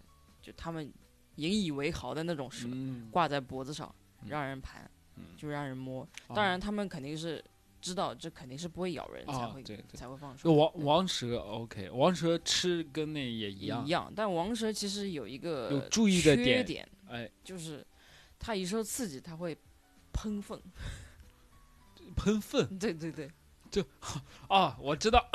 B: 就他们引以为豪的那种蛇
A: 嗯，
B: 挂在脖子上，
A: 嗯
B: 让人盘，
A: 嗯
B: 就让人摸。
A: 哦
B: 当然，他们肯定是知道这肯定是不会咬人才
A: 哦
B: 会
A: 对对
B: 才会放出
A: 就
B: 来。
A: 王
B: 对
A: 王蛇 OK，王蛇吃跟那也一样
B: 一。样，但王蛇其实有一个
A: 有注意的
B: 缺
A: 点
B: 点，
A: 哎，
B: 就是它一受刺激，它会喷粪。
A: 喷粪
B: 对对对，
A: 啊，我知道，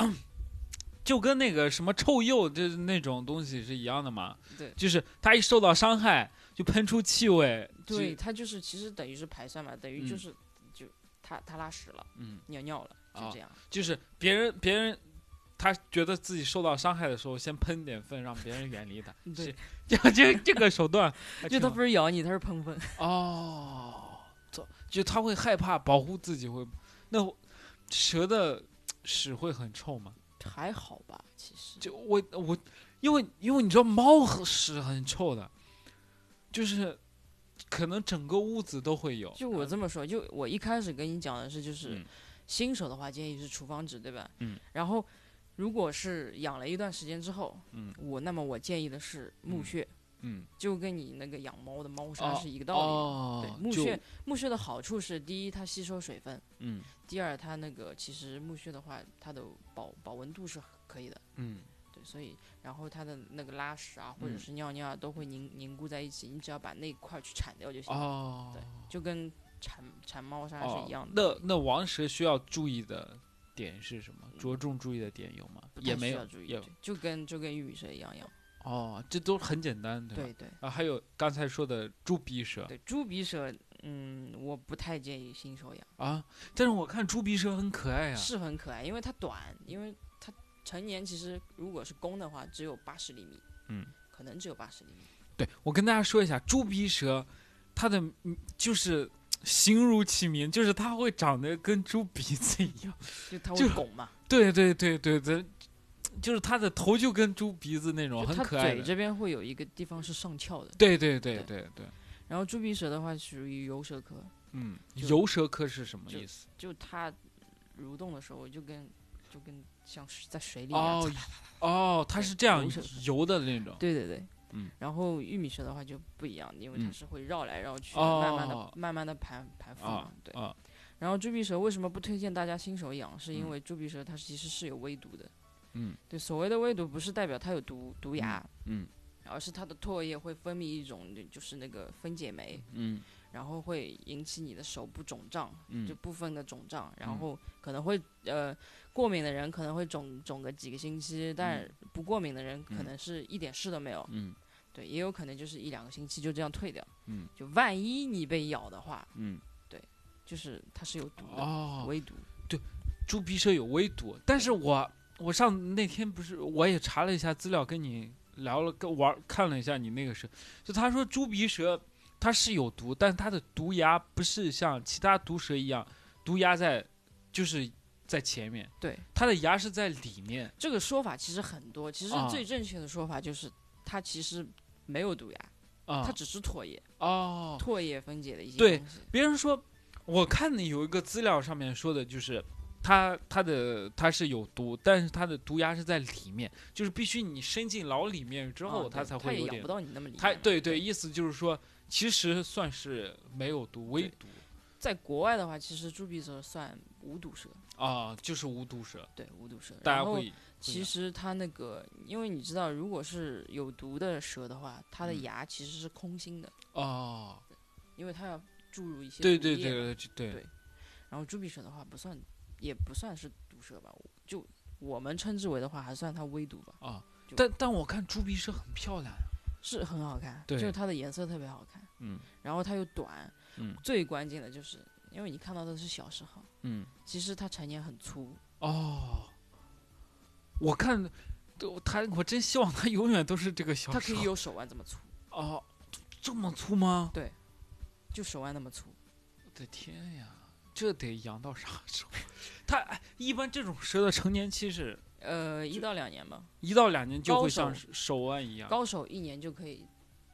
A: 就跟那个什么臭鼬就是那种东西是一样的嘛。
B: 对
A: 就是它一受到伤害就喷出气味。就
B: 对，，它就是其实等于是排酸嘛，等于就
A: 嗯
B: 是、就它它拉屎了，
A: 嗯。
B: 尿尿了，就
A: 啊
B: 这样。
A: 就是别人别人他觉得自己受到伤害的时候，先喷点粪，让别人远离他。
B: 嗯对
A: 是， 这这这个手 段还挺
B: 就它
A: 好，
B: 不是咬你，它是喷粪。
A: 哦，这就他会害怕，保护自己会。那蛇的屎会很臭吗？
B: 还好吧，其实
A: 就我我，因为因为你知道猫和屎很臭的，就是可能整个屋子都会有。
B: 就我这么说，就我一开始跟你讲的是，就是、
A: 嗯
B: 新手的话建议是厨房纸，对吧？
A: 嗯。
B: 然后如果是养了一段时间之后，
A: 嗯，
B: 我那么我建议的是木
A: 嗯
B: 屑，
A: 嗯
B: 就跟你那个养猫的猫砂
A: 哦
B: 是一个道理。对
A: 哦，，
B: 木
A: 就
B: 屑木屑的好处是，第一它吸收水分，
A: 嗯
B: 第二，它那个其实木屑的话，它的保保温度是可以的，
A: 嗯
B: 对，所以然后它的那个拉屎啊，或者
A: 嗯
B: 是尿尿啊，都会凝凝固在一起，你只要把那一块儿去铲掉就行，
A: 哦
B: 对就跟铲铲猫砂
A: 哦
B: 是一样的。
A: 那那王蛇需要注意的点是什么？着重注意的点有吗？
B: 嗯不太
A: 也没
B: 需
A: 有
B: 要，注意，
A: 也
B: 对，就跟就跟玉米蛇一样养。
A: 哦，这都很简单，对吧？
B: 对对
A: 啊，还有刚才说的猪鼻蛇
B: 对，猪鼻蛇，嗯，我不太建议新手养，
A: 啊，但是我看猪鼻蛇很可爱啊，
B: 是很可爱，因为它短，因为它成年其实如果是公的话，只有八十厘米，
A: 嗯，
B: 可能只有八十厘米。
A: 对我跟大家说一下，猪鼻蛇，它的嗯就是形如其名，就是它会长得跟猪鼻子一样，
B: 就它
A: 就
B: 会拱嘛，
A: 对对对对对，就是它的头就跟猪鼻子那种，
B: 就
A: 哦很
B: 它
A: 可爱
B: 嘴
A: 的，
B: 这边会有一个地方是上翘的，
A: 对对对
B: 对
A: 对对，
B: 然后猪鼻蛇的话属于游蛇科，
A: 嗯，
B: 就
A: 游蛇科是什么
B: 就
A: 意思？
B: 就它蠕动的时候就跟就跟像是在水里一样。
A: 哦哦，它
B: 对
A: 是这样
B: 游手是
A: 游的那种。
B: 对对对，
A: 嗯。
B: 然后玉米蛇的话就不一样，因为它
A: 嗯
B: 是会绕来绕去，
A: 哦
B: 慢慢的慢慢的盘盘腹
A: 啊
B: 嘛。对。
A: 啊
B: 然后猪鼻蛇为什么不推荐大家新手养？是
A: 嗯
B: 因为猪鼻蛇它其实是有微毒的。
A: 嗯。
B: 对，所谓的微毒不是代表它有毒毒牙，
A: 嗯，
B: 而是它的唾液会分泌一种就是那个分解酶，
A: 嗯
B: 然后会引起你的手部肿胀，
A: 嗯
B: 就部分的肿胀，
A: 嗯
B: 然后可能会呃，过敏的人可能会肿肿个几个星期，但不过敏的人可
A: 嗯
B: 能是一点事都没有，
A: 嗯
B: 对，也有可能就是一两个星期就这样退掉，
A: 嗯，
B: 就万一你被咬的话，
A: 嗯，
B: 就是它是有毒的，
A: 哦，
B: 微毒，
A: 猪鼻蛇有微毒，但是我我上那天不是我也查了一下资料，跟你聊了跟玩看了一下你那个蛇，就他说猪鼻蛇它是有毒，但它的毒牙不是像其他毒蛇一样，毒牙在就是在前面，
B: 对，
A: 它的牙是在里面，
B: 这个说法其实很多，其实
A: 啊
B: 最正确的说法就是它其实没有毒牙，
A: 啊、
B: 它只是唾液，
A: 哦，
B: 唾液分解的一些
A: 对
B: 东西，
A: 别人说，我看你有一个资料上面说的就是。它它的它是有毒，但是它的毒牙是在里面，就是必须你伸进老里面之后，
B: 啊
A: 它
B: 对
A: 才
B: 它
A: 会有
B: 也
A: 点
B: 咬不到你那么里面
A: 他
B: 嘛
A: 对对，意思就是说，其实算是没有毒，微
B: 对
A: 毒
B: 在国外的话，其实猪鼻蛇算无毒蛇，
A: 啊，就是无毒蛇，
B: 对，无毒蛇。
A: 大家
B: 然后
A: 会
B: 其实它那个，因为你知道，如果是有毒的蛇的话，它的
A: 嗯
B: 牙其实是空心的，
A: 啊，
B: 因为它要注入一些
A: 对
B: 毒
A: 对
B: 液嘛。
A: 对对对
B: 对然后猪鼻蛇的话，不算，也不算是毒蛇吧，我就我们称之为的话，还算它微毒吧，
A: 啊，
B: 就
A: 但但我看猪鼻蛇很漂亮啊，
B: 是很好看，
A: 对
B: 就是它的颜色特别好看，
A: 嗯
B: 然后它又短，
A: 嗯
B: 最关键的就是，因为你看到的是小时候，
A: 嗯
B: 其实它成年很粗，
A: 哦，我看都他，我真希望他永远都是这个小
B: 它可
A: 蛇
B: 以有手腕这么粗，
A: 哦，这么粗吗？
B: 就手腕那么粗。
A: 我的天呀，这得养到啥时 候？它哎一般这种蛇的成年期是
B: 呃，一到两年吧，
A: 一到两年就
B: 高
A: 会像
B: 手
A: 手腕一样，
B: 高手一年就可以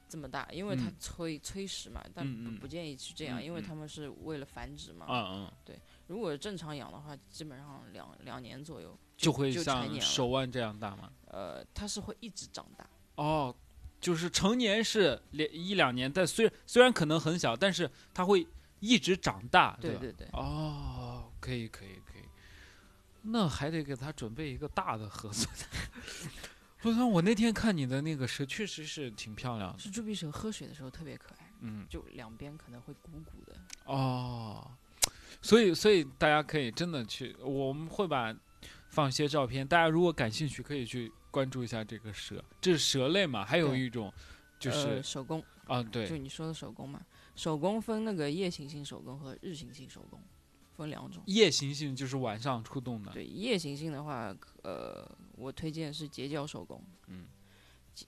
B: 这么大，因为它
A: 啊嗯
B: 催、催食嘛，但
A: 嗯
B: 不
A: 嗯
B: 不建议去这样，
A: 嗯
B: 因为
A: 嗯
B: 他们是为了繁殖嘛。
A: 嗯嗯。
B: 如果正常养的话，基本上两两年左右
A: 就
B: 就
A: 会
B: 就成
A: 像
B: 年了
A: 手腕这样大吗？
B: 呃，它是会一直长大，
A: 哦，就是成年是两一两年，但虽虽然可能很小，但是它会一直长大，
B: 对
A: 吧？
B: 对对，
A: 哦，可以可以可以，那还得给他准备一个大的盒子。 不是，我那天看你的那个蛇，确实是挺漂亮的。
B: 是猪鼻蛇喝水的时候特别可爱，
A: 嗯，
B: 就两边可能会鼓鼓的。
A: 哦，所以所以大家可以真的去，我们会把放一些照片，大家如果感兴趣可以去关注一下这个蛇，这是蛇类嘛？还有
B: 对
A: 一种就是
B: 呃、手工，
A: 啊，
B: 就
A: 对，
B: 你说的手工嘛，手工分那个夜行性手工和日行性手工，分两种。
A: 夜行性就是晚上出动的，
B: 对夜行性的话，呃，我推荐是截角手工，
A: 嗯，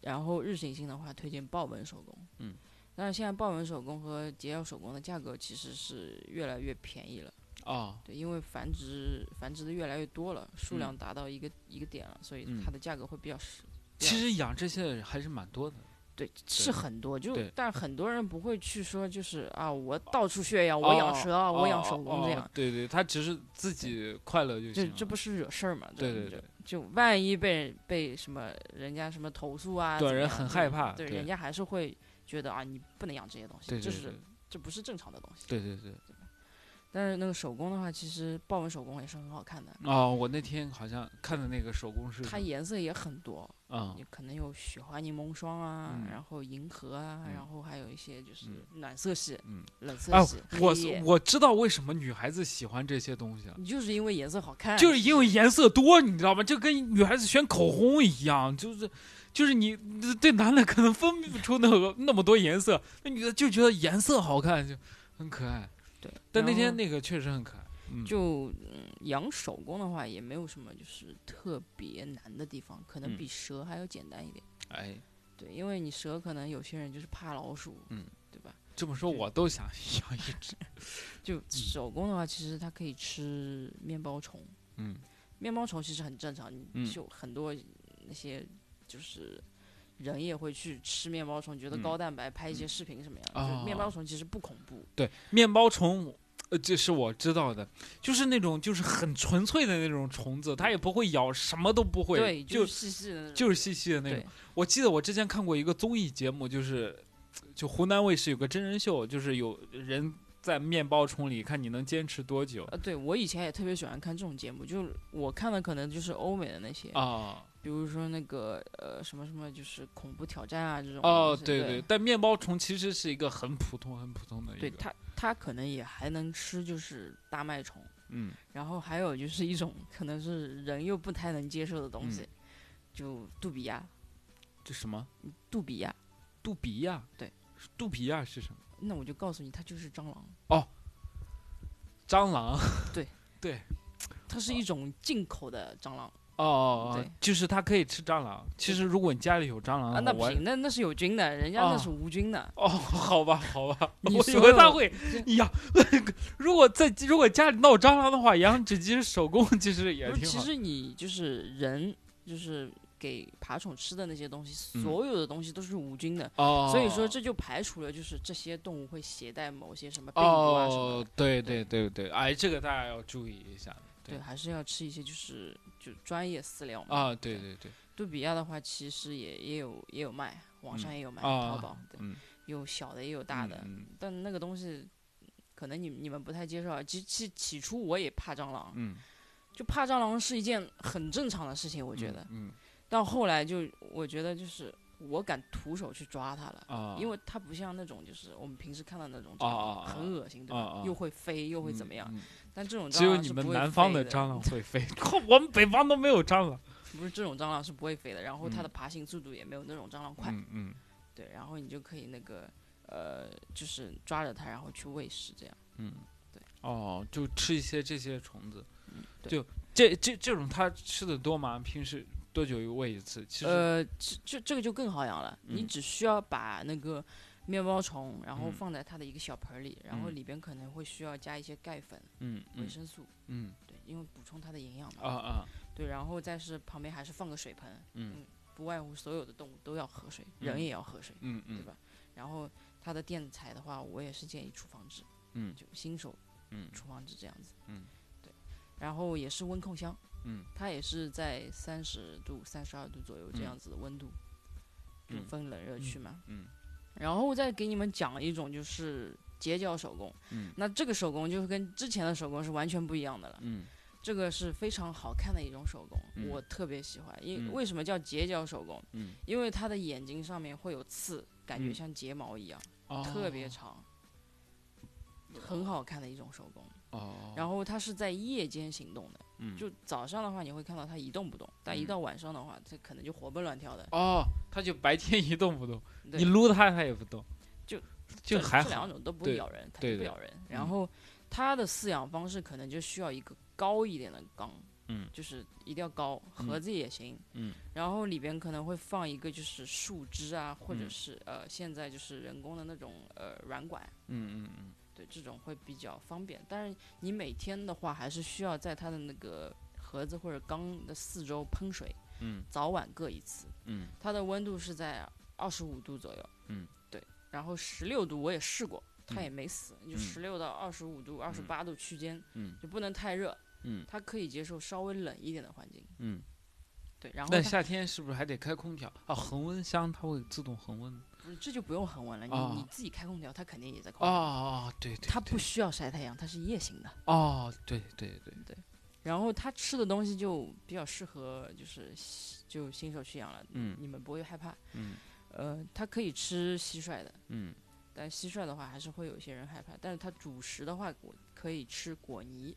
B: 然后日行性的话，推荐豹纹手工，
A: 嗯。
B: 但是现在豹纹手工和截角手工的价格其实是越来越便宜了，
A: 哦，
B: 对，因为繁殖繁殖的越来越多了，数
A: 嗯
B: 量达到一个、一个点了，所以
A: 嗯
B: 它的价格会比较实。比较
A: 其实养这些的人还是蛮多的，
B: 对是很多，就
A: 对
B: 但很多人不会去说就是啊，我到处炫耀，我养蛇啊，
A: 哦
B: 我养手工这样，
A: 哦哦对对，他只是自己快乐就
B: 这
A: 行了，
B: 这不是惹事儿嘛？
A: 对
B: 对
A: 对对
B: 就万一被被什么人家什么投诉啊，
A: 对
B: 怎么
A: 人
B: 样
A: 很
B: 就
A: 害怕
B: 对
A: 对
B: 人家还是会觉得啊，你不能养这些东西，
A: 对
B: 这
A: 对
B: 是这不是正常的东西。
A: 对对对对。
B: 但是那个手工的话，其实豹纹手工也是很好看的，
A: 哦，我那天好像看的那个手工是
B: 它颜色也很多，
A: 啊
B: 你可能有雪花柠檬霜啊，
A: 嗯
B: 然后银河啊，
A: 嗯
B: 然后还有一些就是
A: 嗯
B: 暖色系、
A: 嗯
B: 冷色
A: 啊
B: 系、，
A: 我
B: 黑夜
A: 我知道为什么女孩子喜欢这些东西了。
B: 你就是因为颜色好看，
A: 就是因为颜色多，你知道吗？就跟女孩子选口红一样，就是，就是你对男的可能分不出那个那么多颜色，那女的就觉得颜色好看，就很可爱。
B: 对。
A: 但那
B: 然
A: 天
B: 后
A: 那个确实很可爱，嗯，
B: 就嗯养手工的话，也没有什么就是特别难的地方，可能
A: 嗯
B: 比蛇还要简单一点。
A: 哎，
B: 对，因为你蛇可能有些人就是怕老鼠，
A: 嗯，
B: 对吧？
A: 这么说我都想养一 只，
B: 就手工的话，其实它可以吃面包虫，
A: 嗯，
B: 面包虫其实很正常，
A: 嗯
B: 你就很多那些就是。人也会去吃面包虫，觉得
A: 嗯
B: 高蛋白，拍一些视频什么样。
A: 啊
B: 就面包虫其实不恐怖，
A: 对，面包虫，呃，这是我知道的，就是那种就是很纯粹的那种虫子，它也不会咬，什么都不会，
B: 对，
A: 就是
B: 细细的那种，
A: 就是细细的那种
B: 对。
A: 我记得我之前看过一个综艺节目，就是就湖南卫视有个真人秀，就是有人在面包虫里看你能坚持多久
B: 呃呃，对我以前也特别喜欢看这种节目，就是我看的可能就是欧美的那些
A: 啊
B: 比比如说那个呃什么什么，就是恐怖挑战啊这种
A: 哦，
B: 东西
A: 对
B: 对，
A: 但面包虫其实是一个很普通、很普通的一
B: 对
A: 个，
B: 它它可能也还能吃，就是大麦虫，
A: 嗯，
B: 然后还有就是一种可能是人又不太能接受的东
A: 嗯
B: 西，就杜比亚，
A: 这什么
B: 杜比亚，
A: 杜比亚？
B: 对，
A: 杜比亚是什么？
B: 那我就告诉你，它就是蟑螂，
A: 蟑螂？
B: 它是一种进口的蟑螂
A: 哦哦哦
B: 对，
A: 就是它可以吃蟑螂。其实如果你家里有蟑螂，
B: 啊，那不
A: 哦我
B: 行，那那是有菌的，人家
A: 啊
B: 那是无 菌的，
A: 哦，好吧，好吧，
B: 你
A: 我以
B: 所
A: 为它
B: 有
A: 会
B: 这
A: 呀。如果在如果家里闹蟑螂的话，养几只手工其实 也
B: 不是，
A: 挺
B: 其
A: 好。
B: 实你就是人，就是给爬虫吃的那些东西，
A: 嗯
B: 所有的东西都是无菌的，
A: 哦，
B: 所以说这就排除了就是这些动物会携带某些什么病毒啊什么
A: 哦
B: 的。，嗯
A: 对对对对，哎，这个大家要注意一下对
B: 对，还是要吃一些就是就专业饲料嘛。
A: 啊。对对对，
B: 杜比亚的话，其实也也有也有卖，网上也有卖，
A: 啊
B: 淘宝对，
A: 嗯
B: 有小的也有大的，
A: 嗯
B: 但那个东西。可能你你们不太接受啊，其其起初我也怕蟑螂，
A: 嗯，
B: 就怕蟑螂是一件很正常的事情，我
A: 我
B: 觉得。
A: 嗯
B: 到后来就我觉得就是我敢徒手去抓它了，
A: 啊，
B: 因为它不像那种就是我们平时看到那种
A: 啊
B: 蟑
A: 啊
B: 螂
A: 啊
B: 很恶心，对
A: 啊
B: 吧
A: 啊？
B: 又会飞又会怎么样？
A: 嗯嗯
B: 但这种
A: 只
B: 蟑
A: 有
B: 螂
A: 你
B: 是
A: 们
B: 不会
A: 南方
B: 飞
A: 的
B: 的
A: 蟑螂，会飞， 我们北方都没有蟑螂。
B: 不是这种蟑螂是不会飞的，然后它
A: 嗯
B: 的爬行速度也没有那种蟑螂快，
A: 嗯嗯
B: 对，然后你就可以那个呃，就是抓着它然后去喂食这样。
A: 嗯，
B: 对，
A: 哦，就吃一些这些虫子。
B: 嗯对
A: 就这这这种，它吃的多吗？平时多久喂一次？其实
B: 呃，这这这个就更好养了，你
A: 嗯
B: 只需要把那个面包虫，然后
A: 嗯
B: 放在它的一个小盆儿里，然后
A: 嗯
B: 里边可能会需要加一些钙粉、
A: 嗯
B: 维
A: 嗯
B: 生素。
A: 嗯
B: 对，因为补充它的营养嘛。
A: 啊啊
B: 对，然后再是旁边还是放个水盆，
A: 嗯
B: 不外乎所有的动物都要喝水，
A: 嗯
B: 人也要喝水，
A: 嗯
B: 对
A: 嗯
B: 吧？然后它的垫材的话，我也是建议厨房制，
A: 嗯
B: 就新手
A: 嗯
B: 厨房制这样子。
A: 嗯，
B: 对。然后也是温控箱，
A: 嗯，
B: 它也是在三十度、三十二度左右这
A: 嗯
B: 样子的温度，就
A: 嗯
B: 分冷热区嘛。
A: 嗯
B: 然后再给你们讲一种就是截角手工，
A: 嗯
B: 那这个手工就是跟之前的手工是完全不一样的了。
A: 嗯
B: 这个是非常好看的一种手工，
A: 嗯
B: 我特别喜欢。因
A: 嗯
B: 为什么叫截角手工？
A: 嗯，
B: 因为它的眼睛上面会有刺，感觉
A: 嗯
B: 像睫毛一样，
A: 哦
B: 特别长，很好看的一种手工。
A: 哦，
B: 然后它是在夜间行动的，
A: 嗯
B: 就早上的话你会看到它一动不动，但一
A: 嗯
B: 到晚上的话，它可能就活蹦乱跳的。
A: 哦，它就白天一动不动，
B: 对
A: 你撸它它也不动，
B: 就
A: 就
B: 这
A: 还
B: 这两
A: 好。
B: 种都不
A: 对
B: 会咬人，它
A: 对
B: 就不
A: 的
B: 咬人。
A: 嗯
B: 然后它的饲养方式可能就需要一个高一点的缸，
A: 嗯
B: 就是一定要高，盒
A: 嗯
B: 子也行，
A: 嗯，
B: 然后里边可能会放一个就是树枝啊，或者
A: 嗯
B: 是、呃现在就是人工的那种呃软管，
A: 嗯嗯嗯
B: 对，这种会比较方便。但是你每天的话，还是需要在它的那个盒子或者缸的四周喷水，
A: 嗯
B: 早晚各一次。
A: 嗯
B: 它的温度是在二十五度左右。
A: 嗯，
B: 对。然后十六度我也试过，它
A: 嗯
B: 也没死，就
A: 嗯
B: 十六到二十五度、二十八度区间，
A: 嗯
B: 就不能太热。
A: 嗯
B: 它可以接受稍微冷一点的环境。
A: 嗯。
B: 对，然后
A: 那
B: 它
A: 夏天是不是还得开空调啊？恒温箱它会自动恒温。
B: 不是这就不用恒温了，你、
A: 哦
B: 你自己开空调，它肯定也在空
A: 哦
B: 调。
A: 哦，对对，
B: 它
A: 对
B: 不需要晒太阳，它是夜行的。
A: 哦，对对对，
B: 然后它吃的东西就比较适合，就是新就新手去养了，
A: 嗯
B: 你们不会害怕。
A: 嗯
B: 呃，它可以吃蟋蟀的，
A: 嗯
B: 但蟋蟀的话还是会有一些人害怕。但是它主食的话，我可以吃果泥，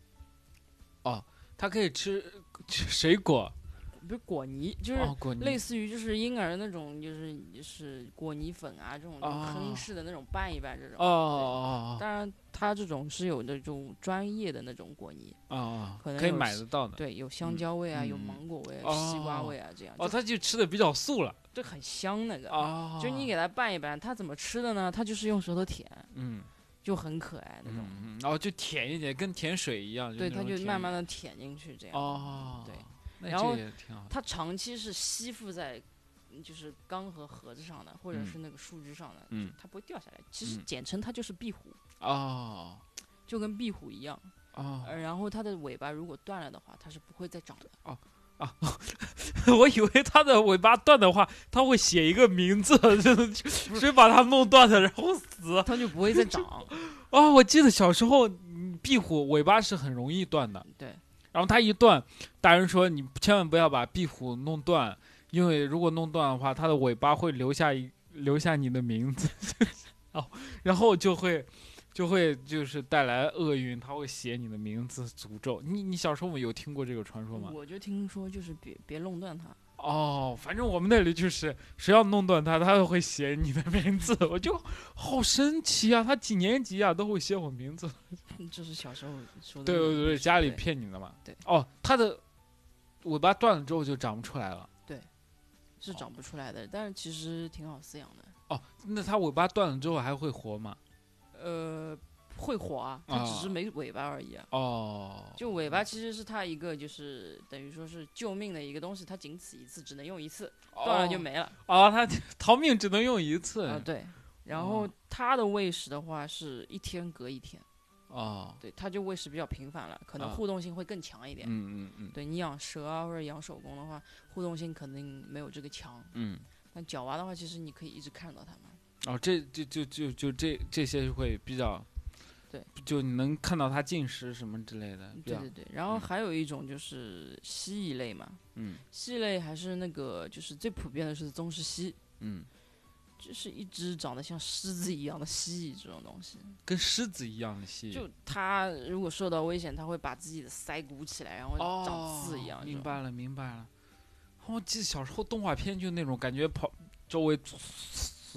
A: 它可以吃吃水果，
B: 不是果泥，就是
A: 哦，果泥
B: 类似于就是婴儿那种，就是就是果泥粉啊这种就
A: 哦
B: 亨氏的那种拌一拌这种。
A: 哦哦哦
B: 当然，它这种是有那种专业的那种果泥，
A: 哦哦，
B: 可能
A: 可以
B: 有
A: 买
B: 些
A: 得到的。
B: 对，有香
A: 嗯
B: 蕉味啊，有
A: 嗯
B: 芒果味啊，
A: 哦
B: 西瓜味啊，这样
A: 哦，
B: 就
A: 它就吃的比较素了。
B: 就很香那个。
A: 哦，
B: 就你给它拌一拌，它怎么吃的呢？它就是用舌头舔，
A: 嗯
B: 就很可爱那种。
A: 嗯，嗯哦，就舔一点，跟舔水一样。
B: 对，它就慢慢
A: 的
B: 的舔进去这样。
A: 哦，
B: 对，，
A: 那
B: 然
A: 这
B: 后
A: 也挺好的。
B: 它长期是吸附在嗯就是缸和盒子上的，或者
A: 嗯
B: 是那个树枝上的，
A: 嗯
B: 它不会掉下来。其实
A: 嗯
B: 简称它就是壁虎，
A: 哦
B: 就跟壁虎一样。
A: 哦，
B: 呃然后它的尾巴如果断了的话，它是不会再长的。
A: 我以为它的尾巴断的话，它会写一个名字， 谁把它弄断的，然后死。
B: 它就不 会再长，
A: 哦，我记得小时候嗯壁虎尾巴是很容易断的，
B: 对，
A: 然后它一断，大人说你千万不要把壁虎弄断，因为如果弄断的话，它的尾巴会留下一留下你的名字， 然后然后就会就会就是带来厄运，它会写你的名字诅咒你。你小时候有听过这个传说吗？
B: 我就听说就是别别弄断它，
A: 哦，反正我们那里就是谁要弄断它，它都会写你的名字，我就好神奇啊！它几年级啊都会写我名字。
B: 这是小时候说的。
A: 对对对，家里骗你的嘛。
B: 对
A: 哦，它的尾巴断了之后就长不出来了。
B: 是长不出来的，但是其实挺好饲养的。
A: 哦，那它尾巴断了之后还会活吗？
B: 呃，会活啊，它只是没尾巴而已啊。
A: 哦，
B: 就尾巴其实是它一个就是等于说是救命的一个东西，它仅此一次，只能用一次，断了就没了
A: 哦。哦，它逃命只能用一次。
B: 啊。对，然后
A: 嗯哦
B: 它的喂食的话是一天隔一天，
A: 哦，
B: 对，它就喂食比较频繁了，可能
A: 啊
B: 互动性会更强一点。
A: 嗯嗯嗯
B: 对你养蛇啊或者养手工的话，互动性肯定没有这个强。
A: 嗯。
B: 但角蛙的话，其实你可以一直看到它们。
A: 哦，这就就就就这这些会比较，
B: 对，
A: 就你能看到它进食什么之类的，比
B: 对
A: 较
B: 对对，然后
A: 嗯
B: 还有一种就是蜥蜴类嘛，
A: 嗯
B: 蜥蜴类还是那个就是最普遍的是宗氏蜥，
A: 嗯，
B: 就是一只长得像狮子一样的蜥蜴这种东西。
A: 跟狮子一样的蜥蜴，
B: 就它如果受到危险，它会把自己的腮鼓起来，然后长刺一样。
A: 哦
B: 这
A: 明
B: 种
A: 白了，明白了。哦我记得小时候动画片就那种感觉跑周围出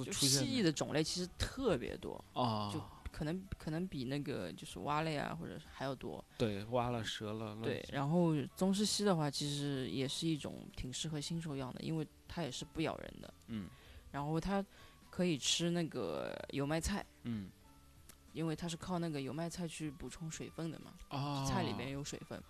B: 就
A: 出
B: 蜥
A: 现
B: 蜴的种类其实特别多，
A: 啊，
B: 就可能可能比那个就是蛙类啊，或者是还要多。
A: 对，挖了蛇了，
B: 对，然后宗师蜥的话，其实也是一种挺适合新手养的，因为它也是不咬人的。
A: 嗯。
B: 然后它可以吃那个油麦菜，
A: 嗯
B: 因为它是靠那个油麦菜去补充水分的嘛。
A: 哦，
B: 菜里面有水分，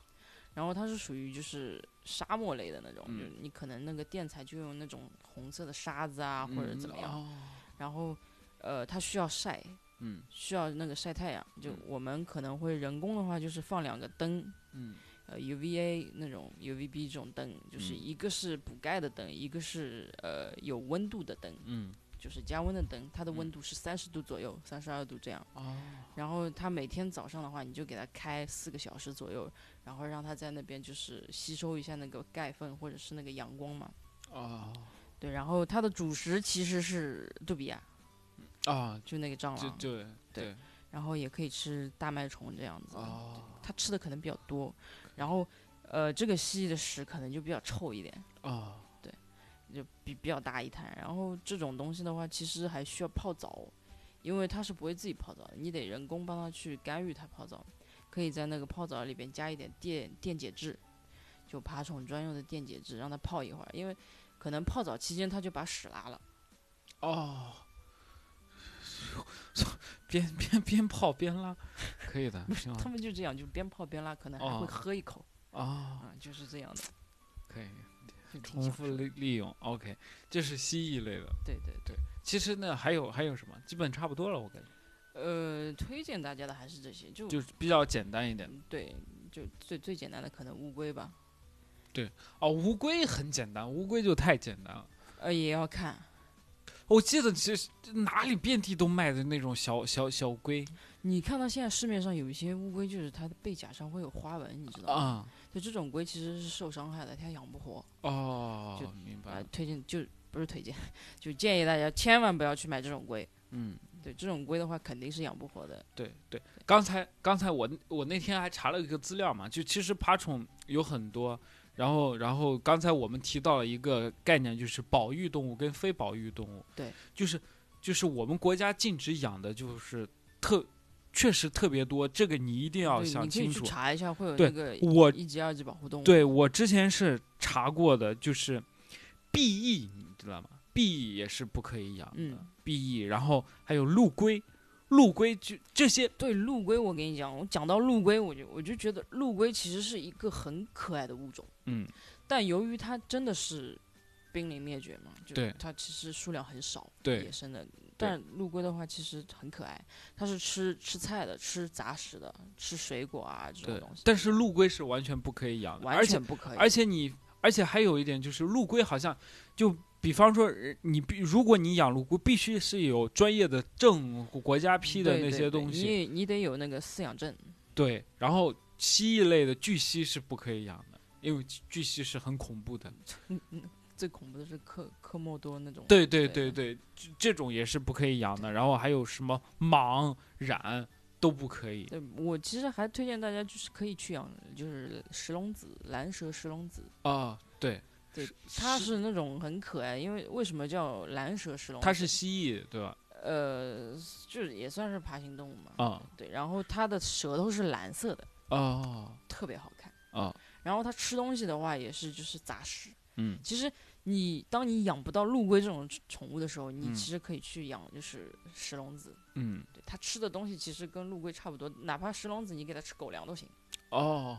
B: 然后它是属于就是沙漠类的那种，
A: 嗯
B: 就是你可能那个电材就用那种红色的沙子啊，或者
A: 嗯
B: 怎么样，
A: 哦
B: 然后呃它需要晒，
A: 嗯
B: 需要那个晒太阳，就
A: 嗯
B: 我们可能会人工的话就是放两个灯，
A: 嗯
B: 呃 UVA 那种 UVB 这种灯，就是
A: 嗯
B: 一个是补钙的灯，一个是呃有温度的灯，
A: 嗯
B: 就是加温的灯，它的温
A: 嗯
B: 度是三十度左右，三十二度这样。
A: 哦，
B: 然后它每天早上的话，你就给它开四个小时左右，然后让它在那边就是吸收一下那个钙分或者是那个阳光嘛。
A: 哦
B: 对，然后它的主食其实是杜比亚，
A: 啊，
B: 就那个蟑
A: 就
B: 螂，
A: 就
B: 对嗯然后也可以吃大麦虫这样子。
A: 哦
B: 它吃的可能比较多，然后呃，这个蜥蜴的屎可能就比较臭一点，
A: 哦
B: 就比比较大一滩。然后这种东西的话，其实还需要泡澡，因为它是不会自己泡澡的，你得人工帮它去干预它泡澡。可以在那个泡澡里边加一点电电解质，就爬虫专用的电解质，让它泡一会儿。因为可能泡澡期间它就把屎拉了，
A: 哦，边边边泡边拉，可 以的，挺好
B: 它们就这样，就边泡边拉，可能还
A: 哦
B: 会喝一口
A: 啊。
B: 啊、就是这样的。
A: 可以
B: 就挺
A: 重
B: 享
A: 复
B: 受的
A: 利利用，OK，这是蜥蜴类的。
B: 对对对，
A: 其实呢，还有还有什么？基本差不多了，我感觉
B: 呃，推荐大家的还是这些，就
A: 就是比较简单一点。
B: 对，就最最简单的可能乌龟吧，
A: 哦，乌龟很简单，乌龟就太简单了。
B: 呃，也要看。
A: 我记得其实哪里遍地都卖的那种小小小龟
B: 你看到现在市面上有一些乌龟，就是它的背甲上会有花纹，你知道吗？
A: 啊、
B: 就这种龟其实是受伤害的，它养不活。就
A: 哦，明白
B: 啊
A: 了，，
B: 推荐就不是推荐，就建议大家千万不要去买这种龟。
A: 嗯，
B: 对，这种龟的话肯定是养不活的。
A: 对对。刚才刚才我我那天还查了一个资料嘛，就其实爬虫有很多，然后然后刚才我们提到了一个概念，就是保育动物跟非保育动物。
B: 对，
A: 就是就是我们国家禁止养的，就是特确实特别多，这个你一定要
B: 对
A: 想
B: 你可以
A: 清
B: 去
A: 楚。
B: 查一下，会有
A: 对
B: 那个
A: 我
B: 一级、二级保护动物。，
A: 对我之前是查过的，就是 BE，你知道吗？BE 也是不可以养的、
B: 嗯
A: BE，然后还有陆龟，陆龟就这些
B: 对，陆龟，我跟你讲，我讲到陆龟，我就我就觉得陆龟其实是一个很可爱的物种，
A: 嗯
B: 但由于它真的是濒临灭绝嘛，就
A: 对
B: 它其实数量很少，
A: 对
B: 野生的。但陆龟的话其实很可爱，它是吃吃菜的，吃杂食的，吃水果啊这种
A: 对
B: 东西，，
A: 但是陆龟是完全不可以养的，
B: 完
A: 而且
B: 全不可以。
A: 而且你，而且还有一点就是，陆龟好像就比方说，呃你必如果你养陆龟，必须是有专业的证、国家批的
B: 对
A: 那
B: 对
A: 些
B: 对
A: 东西，
B: 你你得有那个饲养证，
A: 对然后蜥蜴类的巨蜥是不可以养的，因为巨蜥是很恐怖的。
B: 最恐怖的是科科莫多那种。
A: 对对对对，这这种也是不可以养的。然后还有什么蟒、蚺都不可以。
B: 对，我其实还推荐大家就是可以去养，就是石龙子，蓝蛇石龙子。
A: 啊，对，
B: 对，它是那种很可爱，因为为什么叫蓝蛇石龙子？
A: 它是蜥蜴，对吧？
B: 呃，就是也算是爬行动物嘛。
A: 啊
B: 对，然后它的舌头是蓝色的，
A: 哦
B: 特别好看。
A: 啊，
B: 然后它吃东西的话也是就是杂食。
A: 嗯
B: 其实你当你养不到陆龟这种宠物的时候，你
A: 嗯
B: 其实可以去养就是石龙子，
A: 嗯，
B: 对它吃的东西其实跟陆龟差不多，哪怕石龙子你给它吃狗粮都行，
A: 哦，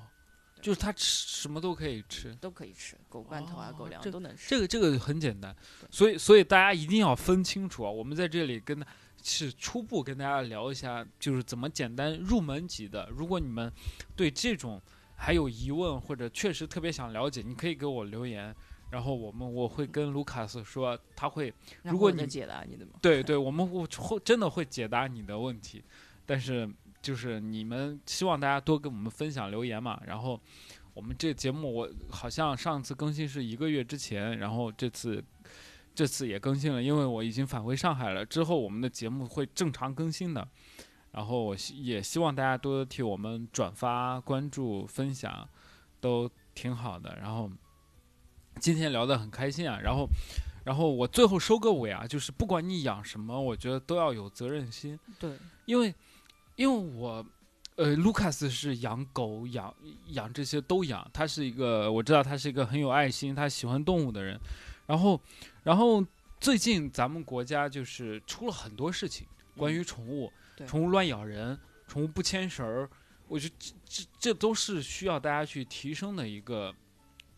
A: 就是它吃什么都可以吃。
B: 都可以吃，狗罐头啊、
A: 哦
B: 狗粮
A: 这
B: 都能吃。
A: 这个这个很简单，
B: 对
A: 所以所以大家一定要分清楚啊！我们在这里跟是初步跟大家聊一下，就是怎么简单入门级的。如果你们对这种还有疑问，或者确实特别想了解，你可以给我留言，然后我们我会跟卢卡斯说，他会
B: 然
A: 如
B: 后
A: 果
B: 我再
A: 你
B: 解答你的嘛，
A: 对对，我们会会真的会解答你的问题，但是就是你们希望大家多跟我们分享留言嘛，然后我们这节目我好像上次更新是一个月之前，然后这次这次也更新了，因为我已经返回上海了，之后我们的节目会正常更新的，然后我希也希望大家多替我们转发、关注、分享，都挺好的，然后。今天聊得很开心啊，然后然后我最后收个尾啊，就是不管你养什么，我觉得都要有责任心，
B: 对，
A: 因为因为我呃，Lucas 是养狗养养这些都养，他是一个我知道他是一个很有爱心，他喜欢动物的人。然后然后最近咱们国家就是出了很多事情，关于宠物，
B: 对
A: 宠物乱咬人，宠物不牵绳儿，我觉得这这这都是需要大家去提升的一个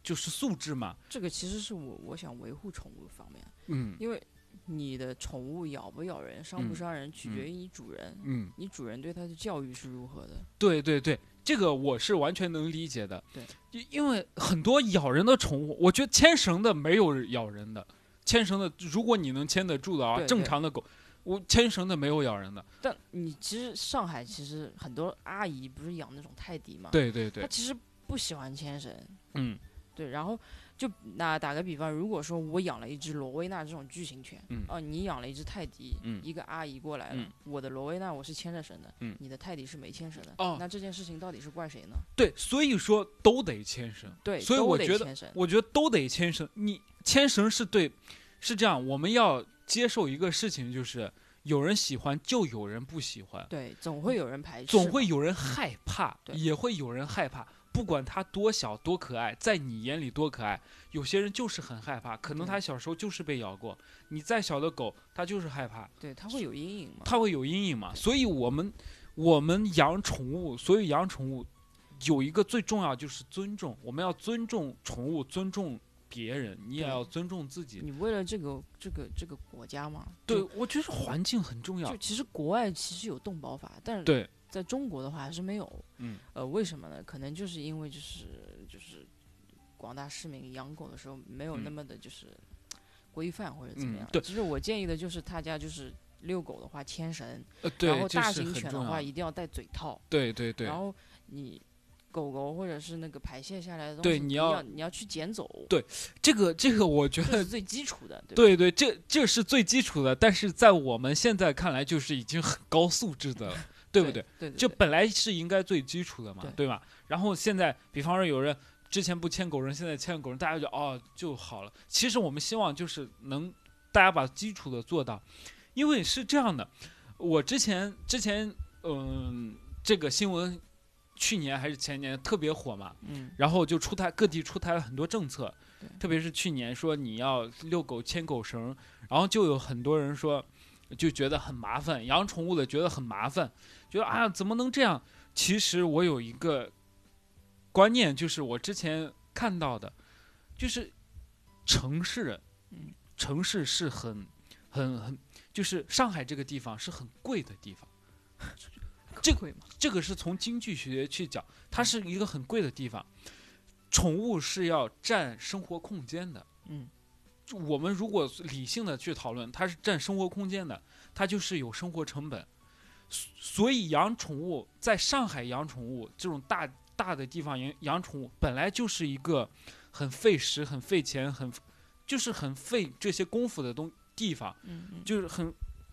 A: 就是素质嘛。
B: 这个其实是我我想维护宠物方面，
A: 嗯
B: 因为你的宠物咬不咬人、伤
A: 嗯
B: 不伤人，取
A: 嗯
B: 决于你主人，
A: 嗯。
B: 你主人对它的教育是如何的。
A: 对对对，这个我是完全能理解的。
B: 对
A: 因，因为很多咬人的宠物，我觉得牵绳的没有咬人的，牵绳的如果你能牵得住的啊，
B: 对
A: 正
B: 对
A: 常的狗，我牵绳的没有咬人的。
B: 但你其实上海其实很多阿姨不是养那种泰迪嘛，
A: 对对
B: 她
A: 对，
B: 其实不喜欢牵绳，
A: 嗯
B: 对，然后就拿打个比方，如果说我养了一只罗威纳这种巨型犬，
A: 嗯
B: 哦、你养了一只泰迪，
A: 嗯
B: 一个阿姨过来了，
A: 嗯
B: 我的罗威纳我是牵着绳的，
A: 嗯
B: 你的泰迪是没牵绳的，
A: 哦
B: 那这件事情到底是怪谁呢？
A: 对，所以说都得牵绳。
B: 对，
A: 所以
B: 都
A: 我
B: 得
A: 觉得
B: 牵绳，
A: 我觉得都得牵绳。你牵绳是对，是这样，我们要接受一个事情，就是有人喜欢就有人不喜欢，
B: 对，总会有人排斥，
A: 总会，有人害怕，
B: 嗯对
A: 也会有人害怕。不管它多小多可爱，在你眼里多可爱，有些人就是很害怕。可能
B: 对
A: 他小时候就是被咬过，你再小的狗，它就是害怕，
B: 对，它会有阴影嘛。
A: 它会有阴影嘛。所以我们我们养宠物，所以养宠物有一个最重要就是尊重，我们要尊重宠物，尊重别人，你也
B: 对
A: 要尊重自己。
B: 你为了这个这个这个国家嘛，
A: 对
B: 就，，
A: 我觉得环境很重要
B: 就。其实国外其实有动保法，但是
A: 对，
B: 在中国的话还是没有。
A: 嗯，
B: 呃，为什么呢？可能就是因为就是就是广大市民养狗的时候没有那
A: 嗯
B: 么的就是规范或者怎么
A: 嗯
B: 样。
A: 对
B: 其实我建议的就是大家就是遛狗的话牵绳，
A: 呃，
B: 然
A: 对，
B: 后
A: 这
B: 大
A: 是
B: 型
A: 很
B: 犬
A: 重
B: 的
A: 要
B: 话一定要戴嘴套，
A: 对对对
B: 然后你。狗狗或者是那个排泄下来的东西，
A: 对你
B: 你
A: 要
B: 你要去捡走，
A: 对这个这个，我觉
B: 这
A: 得
B: 是最基础的，对吧？
A: 对对，这这是最基础的，但是在我们现在看来，就是已经很高素质的了， 对不对？？
B: 对，对
A: 这
B: 对
A: 本来是应该最基础的嘛
B: 对，
A: 对吧？然后现在，比方说有人之前不牵狗绳，现在牵狗绳，大家就哦就好了。其实我们希望就是能大家把基础的做到，因为是这样的，我之前之前嗯、这个新闻去年还是前年特别火嘛，
B: 嗯，
A: 然后就出台各地出台了很多政策
B: 对，
A: 特别是去年说你要遛狗牵狗绳，然后就有很多人说就觉得很麻烦，养宠物的觉得很麻烦，觉得啊怎么能这样？其实我有一个观念，就是我之前看到的，就是城市
B: 嗯，
A: 城市是很很很，就是上海这个地方是很贵的地方。这
B: 会嘛？
A: 这个是从经济学去讲，它是一个很贵的地方。宠物是要占生活空间的，
B: 嗯，
A: 我们如果理性的去讨论，它是占生活空间的，它就是有生活成本。所所以养宠物，在上海养宠物这种大大的地方养养宠物，本来就是一个很费时、很费钱、很就是很费这些功夫的东地方，
B: 嗯嗯，
A: 就是很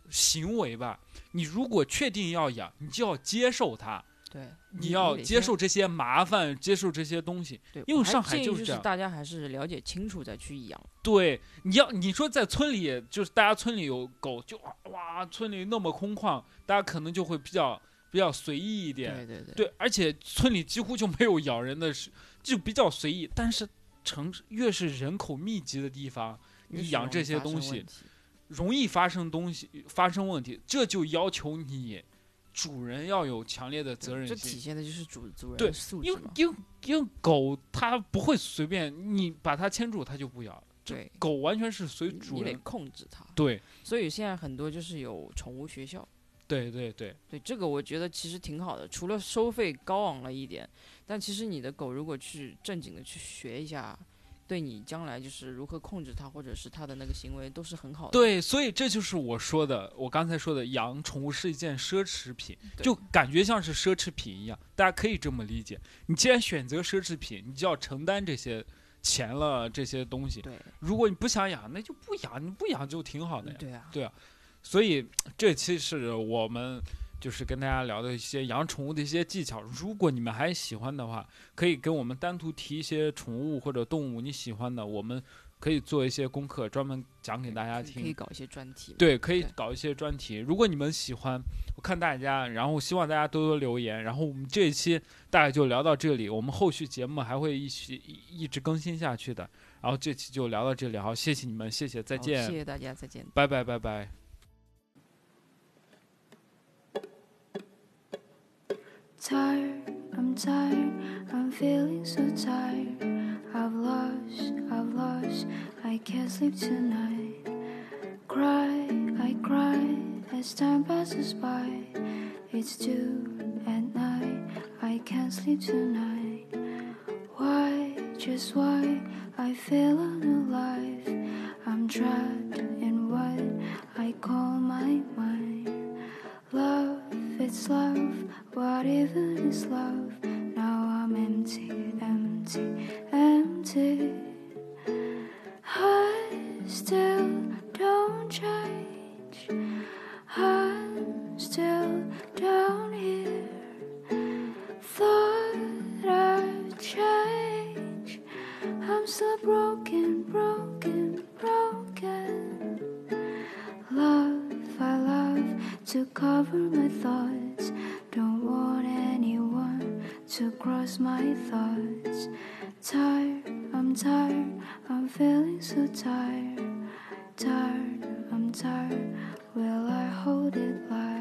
A: 行为吧。你如果确定要养，你就要接受它，
B: 对，
A: 你要
B: 得
A: 接
B: 先
A: 受这些麻烦，接受这些东西。
B: 对，
A: 因为
B: 我还
A: 上海
B: 建议
A: 就
B: 就是
A: 这样
B: 大家还是了解清楚再去养。
A: 对，你要你说在村里，就是大家村里有狗，就哇，村里那么空旷，大家可能就会比较比较随意一点。
B: 对对，
A: 对，而且村里几乎就没有咬人的事，就比较随意。但是城市越是人口密集的地方，
B: 越
A: 你
B: 是
A: 养
B: 容
A: 这
B: 易
A: 些
B: 发生
A: 东
B: 问
A: 西
B: 题
A: 容易发生东西发生问题，这就要求你主人要有强烈的
B: 对
A: 责任
B: 这
A: 心。
B: 体现的就是主主人
A: 对
B: 的素质
A: 因为
B: 嘛。
A: 因为因为狗它不会随便你把它牵住，它就不咬。
B: 对，
A: 狗完全是随
B: 你
A: 主
B: 你得
A: 人。
B: 控制它。
A: 对
B: 所以现在很多就是有宠物学校，
A: 对对对
B: 对这个我觉得其实挺好的。除了收费高昂了一点，但其实你的狗如果去正经的去学一下，对你将来就是如何控制它，或者是它的那个行为，都是很好的。
A: 对，所以这就是我说的，我刚才说的，养宠物是一件奢侈品，
B: 对
A: 就感觉像是奢侈品一样，大家可以这么理解。你既然选择奢侈品，你就要承担这些钱了，这些东西。
B: 对
A: 如果你不想养，那就不养，你不养就挺好的呀。
B: 对啊，
A: 所以这期是我们就是跟大家聊的一些养宠物的一些技巧。如果你们还喜欢的话，可以跟我们单独提一些宠物或者动物你喜欢的，我们可以做一些功课，专门讲给大家
B: 可以可以
A: 听。
B: 搞一些专题嘛。
A: 对，可以
B: 对
A: 搞一些专题。如果你们喜欢，我看大家，然后希望大家多多留言。然后我们这一期大概就聊到这里，我们后续节目还会一起一一直更新下去的。然后这期就聊到这里，好，谢谢你们，谢谢，再
B: 好
A: 见，
B: 谢谢大家，再见。
A: 拜拜，拜拜。
C: Tired, I'm tired, I'm feeling so tired. I've lost, I've lost, I can't sleep tonight. Cry, I cry as time passes by. It's two at night, I can't sleep tonight. Why, just why, I feel unalive. I'm trapped in what I call my mind. Love, it's love, what even is love? Now I'm empty, empty, empty. I still don't change. I'm still down here. Thought I'd change. I'm still broken, broken, broken. Love, I love to cover my thoughts. Don't want anyone to cross my thoughts. Tired, I'm tired, I'm feeling so tired. Tired, I'm tired, will I hold it live?